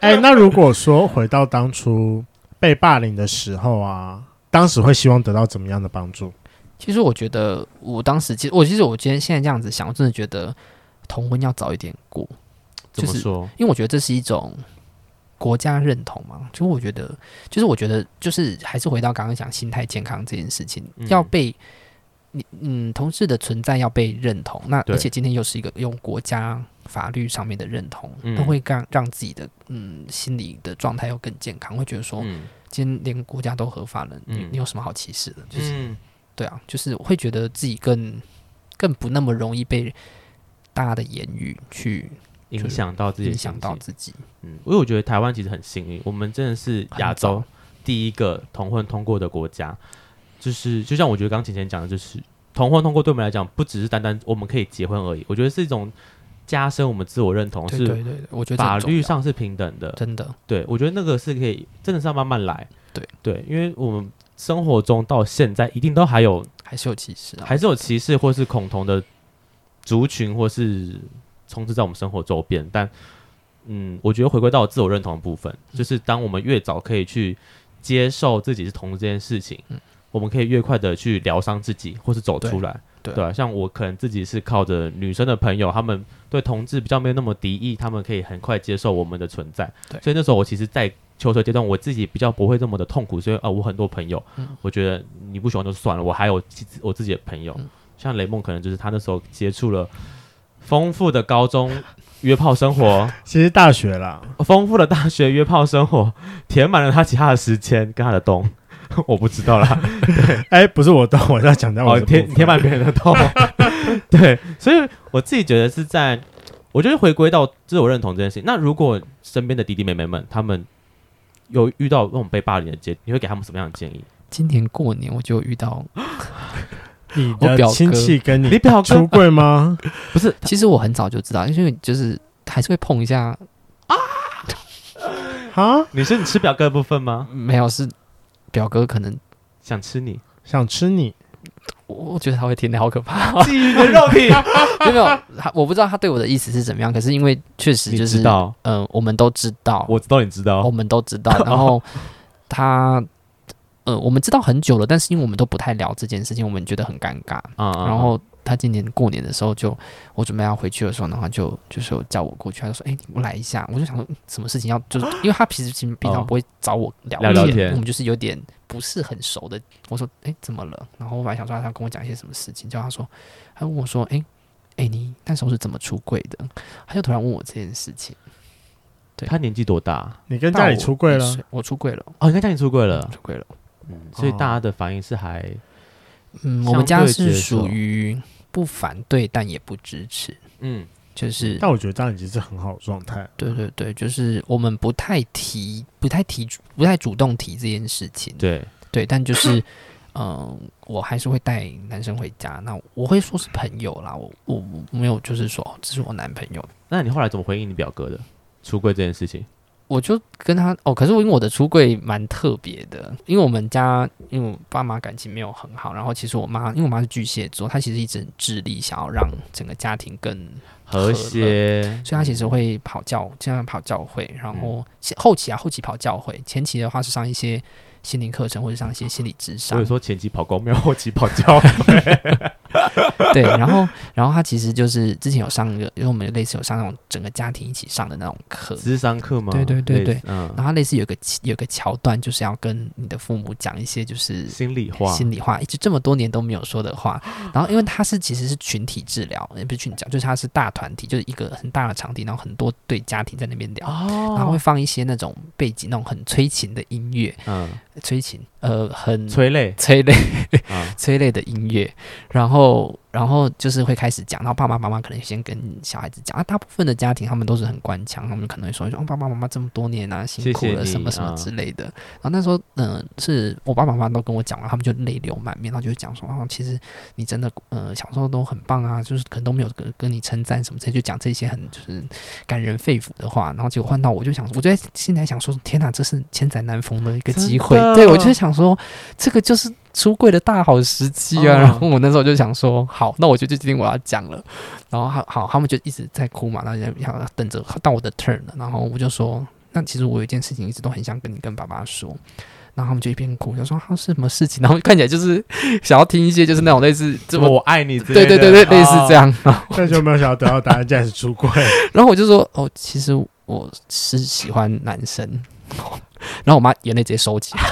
Speaker 1: 哎、那如果说回到当初被霸凌的时候啊，当时会希望得到怎么样的帮助？
Speaker 4: 其实我觉得，我当时其实我其实我今天现在这样子想，我真的觉得同婚要早一点过，
Speaker 3: 怎么
Speaker 4: 就是
Speaker 3: 说？
Speaker 4: 因为我觉得这是一种国家认同嘛。就我觉得，就是我觉得，就是还是回到刚刚讲心态健康这件事情，
Speaker 3: 嗯
Speaker 4: 要被你嗯同志的存在要被认同。那
Speaker 3: 对
Speaker 4: 而且今天又是一个用国家法律上面的认同，
Speaker 3: 嗯
Speaker 4: 那会让让自己的嗯心理的状态又更健康，会觉得说，
Speaker 3: 嗯
Speaker 4: 今天连国家都合法了，你
Speaker 3: 嗯
Speaker 4: 你有什么好歧视的？就是。
Speaker 3: 嗯
Speaker 4: 对啊，就是会觉得自己更更不那么容易被大家的言语去
Speaker 3: 影响到自己的
Speaker 4: 影
Speaker 3: 心
Speaker 4: 响
Speaker 3: 情，
Speaker 4: 到自己。
Speaker 3: 嗯，因为我觉得台湾其实很幸运，我们真的是亚洲
Speaker 4: 很
Speaker 3: 第一个同婚通过的国家。就是就像我觉得刚琴前讲的，就是同婚通过对我们来讲，不只是单单我们可以结婚而已，我觉得是一种加深我们自我认同，
Speaker 4: 对
Speaker 3: 是
Speaker 4: 对对，我觉得这
Speaker 3: 法
Speaker 4: 很重
Speaker 3: 律
Speaker 4: 要
Speaker 3: 上是平等的。
Speaker 4: 真的
Speaker 3: 对，我觉得那个是可以，真的是要慢慢来。
Speaker 4: 对
Speaker 3: 对，因为我们生活中到现在一定都还有
Speaker 4: 还是有歧视啊。
Speaker 3: 还是有歧视或是恐同的族群，或是充斥在我们生活周边。但嗯，我觉得回归到自我认同的部分，
Speaker 4: 嗯
Speaker 3: 就是当我们越早可以去接受自己是同志这件事情，
Speaker 4: 嗯
Speaker 3: 我们可以越快的去疗伤自己，或是走出来。
Speaker 4: 对对
Speaker 3: 啊，像我可能自己是靠着女生的朋友，他们对同志比较没有那么敌意，他们可以很快接受我们的存在。
Speaker 4: 对
Speaker 3: 所以那时候我其实，在求学阶段，我自己比较不会这么的痛苦，所以啊、呃我很多朋友，
Speaker 4: 嗯
Speaker 3: 我觉得你不喜欢就算了，我还有其我自己的朋友，
Speaker 4: 嗯
Speaker 3: 像雷梦，可能就是他那时候接触了丰富的高中 约炮生活，哦
Speaker 1: 其实大学啦，
Speaker 3: 丰富的大学约炮生活，填满了他其他的时间跟他的洞， 我不知道啦，
Speaker 1: 哎、不是我动，我要讲到我
Speaker 3: 哦，
Speaker 1: 的
Speaker 3: 填
Speaker 1: 部分
Speaker 3: 填满别人的洞， 对，所以我自己觉得是在，我觉得回归到自我认同这件事情。那如果身边的弟弟妹妹们，他们有遇到那种被霸凌的阶，你会给他们什么样的建议？
Speaker 4: 今年过年我就 遇到，
Speaker 1: 你
Speaker 4: 我
Speaker 1: 的
Speaker 4: 表哥
Speaker 1: 亲戚跟
Speaker 3: 你
Speaker 1: 你
Speaker 3: 表
Speaker 1: 出
Speaker 3: 哥
Speaker 1: 柜吗？
Speaker 3: 不是
Speaker 4: 其实我很早就知道，因为就是还是会碰一下，
Speaker 1: 啊，
Speaker 3: 你是你吃表哥的部分吗？
Speaker 4: 没有是表哥可能。
Speaker 3: 想吃你，
Speaker 1: 想吃你，
Speaker 4: 我我觉得他会听的好可怕，
Speaker 3: 觊哦 觎你的肉体，
Speaker 4: 没有没有，他我不知道他对我的意思是怎么样，可是因为确实
Speaker 3: 你
Speaker 4: 就是，
Speaker 3: 知
Speaker 4: 嗯、
Speaker 3: 道，
Speaker 4: 我们都知道，
Speaker 3: 我知道，你知
Speaker 4: 哦我
Speaker 1: 哦
Speaker 3: 道，
Speaker 4: 们都 知道。然后他，呃，我们知道很久了，但是因为我们都不太聊这件事情，我们觉得很尴尬。
Speaker 3: 啊，
Speaker 4: 然后他今年过年的时候就，我准备要回去的时候呢，然后就就是有叫我过去，他就说：“哎、你过来一下。”我就想说，嗯什么事情要就是，因为他平时平平常不会找我聊
Speaker 3: 聊聊天
Speaker 4: 我们就是有点不是很熟的。我说：“哎、怎么了？”然后我本来想说啊他想跟我讲一些什么事情，叫他说，他问我说：“哎、哎、你那时候是怎么出柜的？”他就突然问我这件事情。
Speaker 3: 他年纪多大？
Speaker 1: 你跟家里出柜
Speaker 4: 大我一
Speaker 1: 了？
Speaker 4: 岁？我出柜了，
Speaker 3: 哦，应该家里出柜了，
Speaker 4: 出柜了。
Speaker 3: 嗯，所以大家的反应是还
Speaker 4: 嗯，
Speaker 3: 相
Speaker 4: 我们家
Speaker 3: 对
Speaker 4: 是
Speaker 3: 接受
Speaker 4: 属于不反对但也不支持，
Speaker 3: 嗯，
Speaker 4: 就是
Speaker 1: 但我觉得这样已经是很好的状态。
Speaker 4: 对对对，就是我们不太提，不太提，不太主动提这件事情。
Speaker 3: 对，
Speaker 4: 对，但就是，嗯、我还是会带男生回家。那我会说是朋友啦，我我我没有就是说哦，这是我男朋友，
Speaker 3: 那你后来怎么回应你表哥的出柜这件事情？
Speaker 4: 我就跟他哦，可是我因为我的出柜蛮特别的，因为我们家因为我爸妈感情没有很好，然后其实我妈因为我妈是巨蟹座，她其实一直很致力想要让整个家庭更，
Speaker 3: 和谐，
Speaker 4: 所以她其实会跑教，经常跑教会，然后其后期啊后期跑教会，前期的话是上一些心灵课程或者上一些心理智
Speaker 3: 所
Speaker 4: 商
Speaker 3: 以，说前期跑公庙，后期跑 教。
Speaker 4: 对，然后然后她其实就是之前有上一个，因为我们类似有上那种整个家庭一起上的那种课，
Speaker 3: 智商课吗？
Speaker 4: 对对对对
Speaker 3: 类似，嗯
Speaker 4: 然，后她类似有个有个桥段，就是要跟你的父母讲一些就是
Speaker 3: 心里话，
Speaker 4: 心里话，一直这么多年都没有说的话。然后，因为他是其实是群体治疗，也不是群体治疗，就是他是大团体，就是一个很大的场地，然后很多对家庭在那边聊，
Speaker 3: 哦
Speaker 4: 然后会放一些那种背景那种很催情的音乐，
Speaker 3: 嗯，
Speaker 4: 催情，呃，很
Speaker 3: 催泪
Speaker 4: 催泪
Speaker 3: 啊，
Speaker 4: 催泪的音乐，然后然后就是会开始讲，然后爸爸妈妈可能先跟小孩子讲啊，大部分的家庭他们都是很官腔，他们可能会说说、哦、爸爸妈妈这么多年啊辛苦
Speaker 3: 谢谢
Speaker 4: 了
Speaker 3: 你
Speaker 4: 什么什么
Speaker 3: 啊
Speaker 4: 之类的。然后那时候嗯、呃是我爸爸妈妈都跟我讲了，他们就泪流满面，然后就讲说哦，其实你真的呃小时候都很棒啊，就是可能都没有跟跟你称赞什么之类，就讲这些很就是感人肺腑的话。然后结果换到我就想，我就在心里还想说，天哪，这是千载难逢的一个
Speaker 3: 真
Speaker 4: 机会
Speaker 3: 的。
Speaker 4: 对我就想说，这个就是出柜的大好时机啊。
Speaker 3: 嗯
Speaker 4: 然后我那时候就想说，好，那我就决定我要讲了。然后好好，他们就一直在哭嘛，然后就想等着到我的 turn 了。然后我就说，那其实我有一件事情一直都很想跟你跟爸爸说。然后他们就一边哭，就说他、啊、是什么事情，然后看起来就是想要听一些就是那种类似这么
Speaker 3: 我爱你之类
Speaker 4: 对
Speaker 3: 的，哦
Speaker 4: 对对对哦类似这
Speaker 3: 样。
Speaker 4: 样，然后
Speaker 1: 但是有没有想要得到答案，竟然是出柜？
Speaker 4: 然后我就说哦，其实我是喜欢男生， 然后我妈眼泪直接收起 来。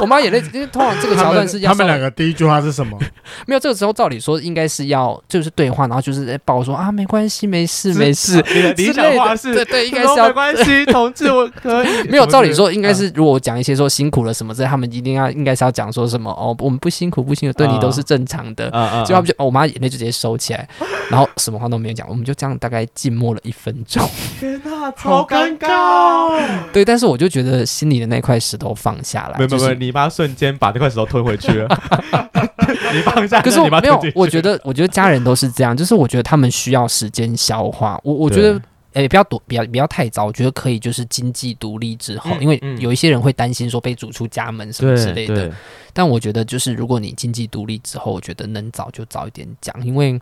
Speaker 4: 我妈眼泪，因为通 常这个
Speaker 1: 他
Speaker 4: 桥段
Speaker 1: 们
Speaker 4: 是要
Speaker 1: 他们
Speaker 4: 稍微
Speaker 1: 两个第一句话是什么？
Speaker 4: 没有这个时候，照理说应该是要就是对话，然后就是在抱说啊，没关系，没事，没事
Speaker 3: 啊你的理
Speaker 4: 之
Speaker 3: 想
Speaker 4: 类
Speaker 3: 化
Speaker 4: 的，
Speaker 3: 是，
Speaker 4: 对对，应该
Speaker 3: 说
Speaker 4: 是要
Speaker 3: 没关系，同志，我可以。
Speaker 4: 没有，
Speaker 3: 什么
Speaker 4: 照理
Speaker 3: 之
Speaker 4: 说应该
Speaker 3: 嗯
Speaker 4: 是，如果我讲一些说辛苦了什么之类，他们一定要应该是要讲说什么哦，我们不辛苦不辛苦，对你都是正常的。
Speaker 3: 嗯嗯，
Speaker 4: 结果他们就、哦我妈眼泪就直接收起来，然后什么话都没有讲，我们就这样大概静默了一分钟。
Speaker 3: 天哪，
Speaker 1: 好
Speaker 3: 超尴
Speaker 1: 尴
Speaker 3: 尬。
Speaker 4: 对，但是我就觉得心里的那块石头放下来，
Speaker 3: 没有没
Speaker 4: 就
Speaker 3: 有没有，
Speaker 4: 是。
Speaker 3: 你妈瞬间把那块石头吞回去 了。 你放下，
Speaker 4: 可是
Speaker 3: 那
Speaker 4: 我
Speaker 3: 你妈
Speaker 4: 没有
Speaker 3: 吞进，去
Speaker 4: 我觉得，我觉得家人都是这样，就是我觉得他们需要时间消化。我我觉
Speaker 3: 对
Speaker 4: 得，诶、不要躲，不要不要太早。我觉得可以，就是经济独立之后，
Speaker 3: 嗯
Speaker 4: 因为
Speaker 3: 嗯
Speaker 4: 有一些人会担心说被逐出家门什么之类的。
Speaker 3: 对
Speaker 4: 但我觉得，就是如果你经济独立之后，我觉得能早就早一点讲，因为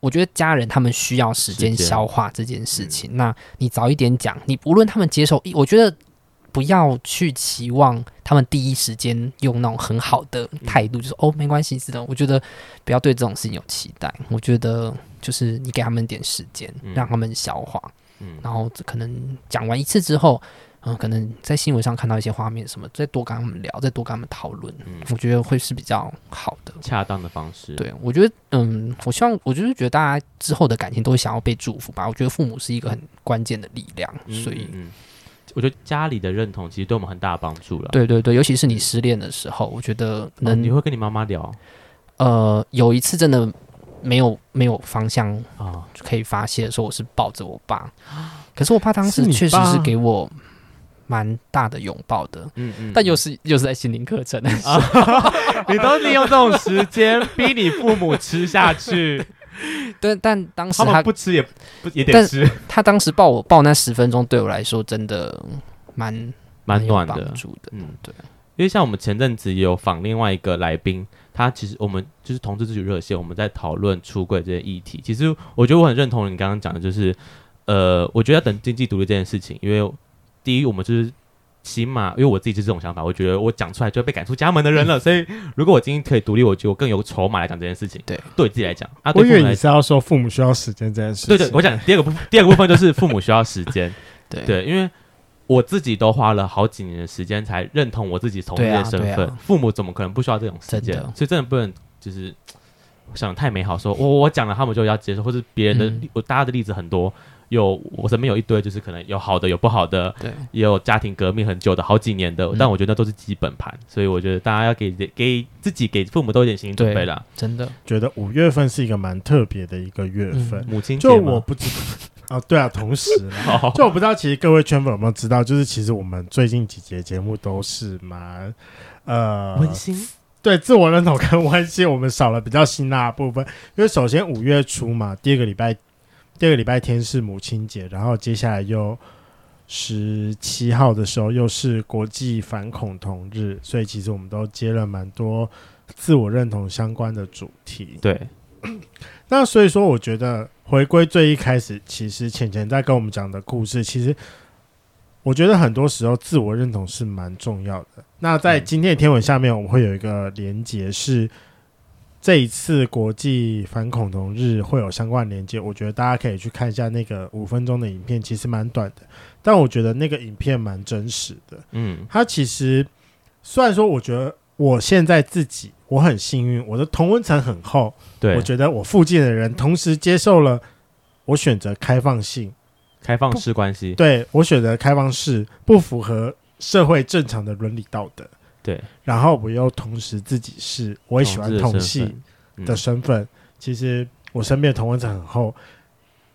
Speaker 4: 我觉得家人他们需要时间
Speaker 3: 时间嗯
Speaker 4: 消化这件事情。那你早一点讲，你无论他们接受，我觉得不要去期望他们第一时间用那种很好的
Speaker 3: 嗯
Speaker 4: 态度，就是哦没关系，是的。我觉得不要对这种事情有期待。我觉得就是你给他们一点时间，
Speaker 3: 嗯
Speaker 4: 让他们消化。
Speaker 3: 嗯
Speaker 4: 然后可能讲完一次之后，嗯、可能在新闻上看到一些画面什么，再多跟他们聊，再多跟他们讨论，
Speaker 3: 嗯
Speaker 4: 我觉得会是比较好的。
Speaker 3: 恰当的方式。
Speaker 4: 对，我觉得，嗯，我希望，我就是觉得大家之后的感情都会想要被祝福吧。我觉得父母是一个很关键的力量，
Speaker 3: 嗯，
Speaker 4: 所以，
Speaker 3: 嗯，嗯我觉得家里的认同其实对我们很大的帮助了。
Speaker 4: 对对对，尤其是你失恋的时候，我觉得
Speaker 3: 哦，你
Speaker 4: 能，
Speaker 3: 会跟你妈妈聊
Speaker 4: 呃，有一次真的没有没有方向
Speaker 3: 啊？
Speaker 4: 可以发泄的时候，我是抱着我爸，可是我爸当
Speaker 1: 是
Speaker 4: 时
Speaker 1: 你
Speaker 4: 确实
Speaker 1: 爸
Speaker 4: 是给我蛮大的拥抱的，
Speaker 3: 嗯嗯
Speaker 4: 但又是又是在心灵课程，啊
Speaker 3: 你都利用这种时间逼你父母吃下去，
Speaker 4: 但 但当时
Speaker 3: 他
Speaker 4: 他
Speaker 3: 们
Speaker 4: 他
Speaker 3: 不吃也不也得
Speaker 4: 但
Speaker 3: 吃，
Speaker 4: 当时抱我抱那十分钟，对我来说真的蛮
Speaker 3: 蛮
Speaker 4: 有
Speaker 3: 暖
Speaker 4: 帮
Speaker 3: 的。
Speaker 4: 助的。
Speaker 3: 嗯，
Speaker 4: 对。
Speaker 3: 因为像我们前阵子也有访另外一个来宾，他其实我们就是同志自主热线，我们在讨论出柜这些议题。其实我觉得我很认同你刚刚讲的，就是呃，我觉得要等经济独立这件事情，因为第一我们就是。起码，因为我自己是这种想法，我觉得我讲出来就会被赶出家门的人了。所以，如果我今天可以独立，我觉得我更有筹码来讲这件事情。
Speaker 4: 对，
Speaker 3: 对自己来讲，啊，
Speaker 1: 我
Speaker 3: 对
Speaker 1: 以
Speaker 3: 父
Speaker 1: 为
Speaker 3: 母来
Speaker 1: 你是要说父母需要时间这件事情。
Speaker 3: 对对，我讲第二个部第二个部分就是父母需要时间，
Speaker 4: 对
Speaker 3: 对，因为我自己都花了好几年的时间才认同我自己同志
Speaker 4: 对啊
Speaker 3: 的身
Speaker 4: 对啊
Speaker 3: 份，父母怎么可能不需要这种时间
Speaker 4: 真的？
Speaker 3: 所以真的不能就是想得太美好，说我我讲了他们就要接受，或者别人的
Speaker 4: 嗯
Speaker 3: 例我大家的例子很多，有我身边有一堆，就是可能有好的，有不好的，
Speaker 4: 对，
Speaker 3: 也有家庭革命很久的，好几年的，
Speaker 4: 嗯
Speaker 3: 但我觉得都是基本盘，所以我觉得大家要给给自己给父母都有点心理准备啦。
Speaker 4: 真的，
Speaker 1: 觉得五月份是一个蛮特别的一个月
Speaker 4: 嗯
Speaker 1: 份。
Speaker 3: 母亲节
Speaker 1: 就
Speaker 3: 嘛
Speaker 1: 我不知啊，对啊，同时啦
Speaker 3: 好
Speaker 1: 就我不知道，其实各位圈粉有没有知道，就是其实我们最近几节节目都是蛮呃
Speaker 3: 温馨，
Speaker 1: 对自我认同跟温馨，我们少了比较辛辣的部分，因为首先五月初嘛，第二个礼拜，第二个礼拜天是母亲节，然后接下来又十七号的时候又是国际反恐同日，所以其实我们都接了蛮多自我认同相关的主题。
Speaker 3: 对，
Speaker 1: 那所以说，我觉得回归最一开始，其实浅浅在跟我们讲的故事，其实我觉得很多时候自我认同是蛮重要的。那在今天的天文下面，我们会有一个连接是。这一次国际反恐同日会有相关连接，我觉得大家可以去看一下那个五分钟的影片，其实蛮短的，但我觉得那个影片蛮真实的。
Speaker 3: 嗯，
Speaker 1: 它其实虽然说，我觉得我现在自己我很幸运，我的同温层很厚，
Speaker 3: 对，
Speaker 1: 我觉得我附近的人同时接受了我选择开放性，
Speaker 3: 开放式关系，
Speaker 1: 对我选择开放式不符合社会正常的伦理道德，
Speaker 3: 对，
Speaker 1: 然后我又同时自己是我也喜欢同
Speaker 3: 志的
Speaker 1: 性
Speaker 3: 身份
Speaker 1: 的
Speaker 3: 嗯
Speaker 1: 身份，其实我身边的同温层很厚，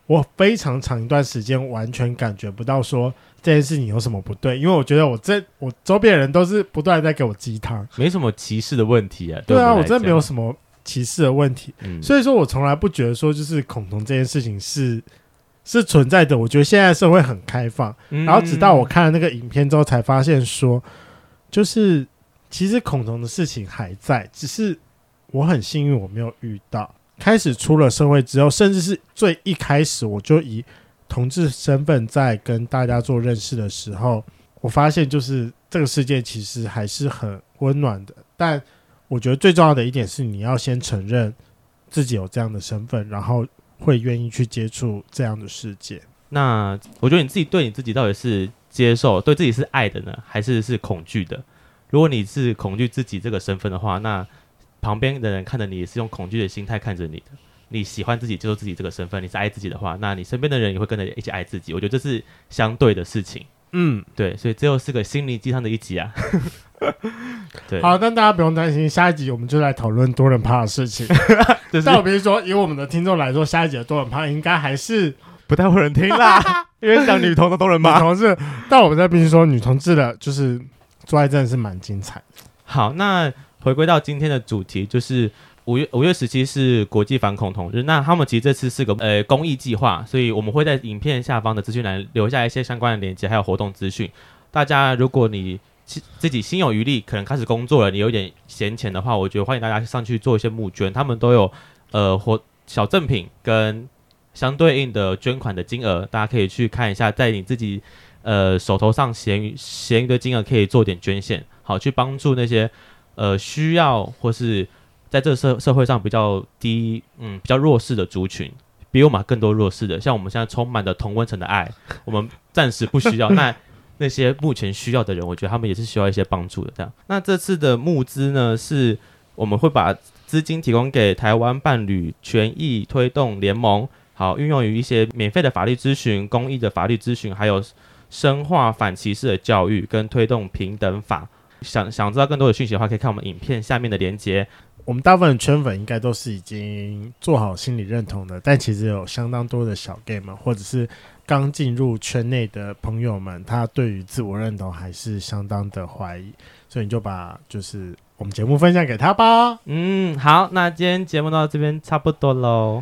Speaker 1: 我非常长一段时间完全感觉不到说这件事情有什么不对，因为我觉得我这我周边的人都是不断地在给我鸡汤，
Speaker 3: 没什么歧视的问题啊。
Speaker 1: 对啊，
Speaker 3: 我
Speaker 1: 我
Speaker 3: 们来
Speaker 1: 真的没有
Speaker 3: 讲，
Speaker 1: 什么歧视的问题，
Speaker 3: 嗯，
Speaker 1: 所以说我从来不觉得说就是恐同这件事情是是存在的。我觉得现在社会很开放，
Speaker 3: 嗯
Speaker 1: 然后直到我看了那个影片之后，才发现说，就是其实恐同的事情还在，只是我很幸运我没有遇到。开始出了社会之后，甚至是最一开始我就以同志身份在跟大家做认识的时候，我发现就是这个世界其实还是很温暖的。但我觉得最重要的一点是，你要先承认自己有这样的身份，然后会愿意去接触这样的世界。
Speaker 3: 那我觉得你自己对你自己到底是接受，对自己是爱的呢，还是是恐惧的？如果你是恐惧自己这个身份的话，那旁边的人看着你也是用恐惧的心态看着你的。你喜欢自己，接受自己这个身份，你是爱自己的话，那你身边的人也会跟着一起爱自己。我觉得这是相对的事情，
Speaker 1: 嗯，
Speaker 3: 对，所以这又是个心灵鸡汤的一集啊。 对，
Speaker 1: 好，但大家不用担心，下一集我们就来讨论多人趴的事情。
Speaker 3: 就是
Speaker 1: 但我必须说，以我们的听众来说，下一集的多人趴应该还是嗯
Speaker 2: 不太会有人听啦，因为讲女同的都能
Speaker 1: 女
Speaker 2: 骂。
Speaker 1: 同志。但我们这必须说，女同志的就是做爱真的是蛮精彩的。
Speaker 3: 好，那回归到今天的主题，就是五月五月十七是国际反恐同日。那他们其实这次是个呃公益计划，所以我们会在影片下方的资讯栏留下一些相关的链接，还有活动资讯。大家如果你其自己心有余力，可能开始工作了，你有点闲钱的话，我觉得欢迎大家上去做一些募捐，他们都有呃活小赠品跟相对应的捐款的金额，大家可以去看一下，在你自己呃手头上闲余闲余的金额可以做点捐献，好去帮助那些呃需要或是在这个社社会上比较低嗯比较弱势的族群，比我们更多弱势的，像我们现在充满着同温层的爱， 我们暂时不需要那。那些目前需要的人，我觉得他们也是需要一些帮助的。这样，那这次的募资呢，是我们会把资金提供给台湾伴侣权益推动联盟，好运用于一些免费的法律咨询、公益的法律咨询，还有深化反歧视的教育跟推动平等法。想想知道更多的讯息的话，可以看我们影片下面的连接。
Speaker 1: 我们大部分的圈粉应该都是已经做好心理认同的，但其实有相当多的小 gay 们，或者是刚进入圈内的朋友们，他对于自我认同还是相当的怀疑，所以你就把就是我们节目分享给他吧。
Speaker 3: 嗯，好，那今天节目到这边差不多喽。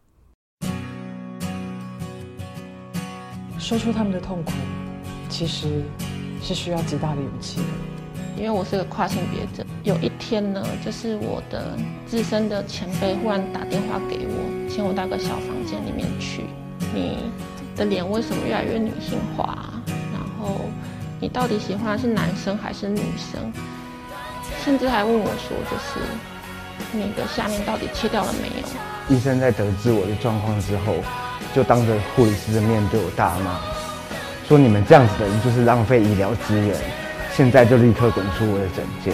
Speaker 5: 说出他们的痛苦，其实是需要极大的勇气的。
Speaker 6: 因为我是个跨性别者。有一天呢，就是我的资深的前辈忽然打电话给我，请我到个小房间里面去。你的脸为什么越来越女性化啊、然后你到底喜欢的是男生还是女生？甚至还问我说，就是你的下面到底切掉了没有？
Speaker 7: 医生在得知我的状况之后，就当着护理师的面对我大骂，说你们这样子的人就是浪费医疗资源，现在就立刻滚出我的诊间。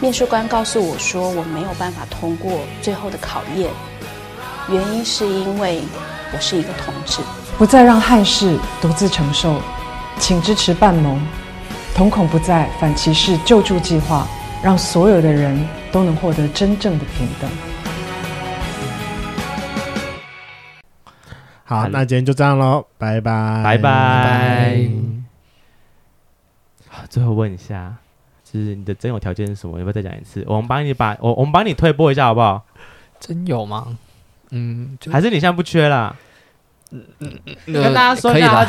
Speaker 8: 面试官告诉我说我没有办法通过最后的考验，原因是因为我是一个同志。
Speaker 5: 不再让憾事独自承受，请支持半盟，瞳孔不再反歧视救助计划，让所有的人都能获得真正的平等。
Speaker 1: 好，那今天就这样喽，拜拜，
Speaker 3: 拜拜。好啊最后问一下，就是你的真有条件是什么？要不要再讲一次？我们帮你把我我们帮你推播一下好不好？
Speaker 4: 真有吗？嗯，就
Speaker 3: 还是你现在不缺啦？
Speaker 4: 呃
Speaker 3: 跟大家说
Speaker 4: 可以
Speaker 3: 一下啊
Speaker 4: 啦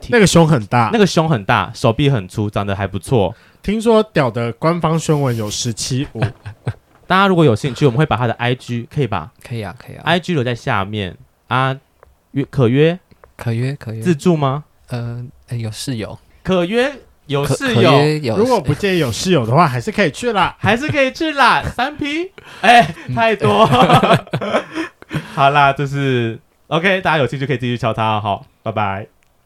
Speaker 3: 他，
Speaker 1: 那个胸很大，
Speaker 3: 那个胸很大，手臂很粗，长得还不错。
Speaker 1: 听说屌的官方胸围有十七 五，
Speaker 3: 大家如果有兴趣，我们会把他的 IG 可以吧
Speaker 4: 可以啊，可以啊，
Speaker 3: ？IG 留在下面啊。约可约
Speaker 4: 可约可约
Speaker 3: 自，助吗？
Speaker 4: 呃，哎有室友，
Speaker 3: 可约有
Speaker 4: 可
Speaker 3: 室
Speaker 4: 可
Speaker 3: 友，
Speaker 4: 约有，
Speaker 1: 如果不介意有室友的话，还是可以去啦。
Speaker 3: 还是可以去啦。三 P，哎、太多。 好啦，就是 OK，大家有兴趣可以继续敲他哦好，拜拜。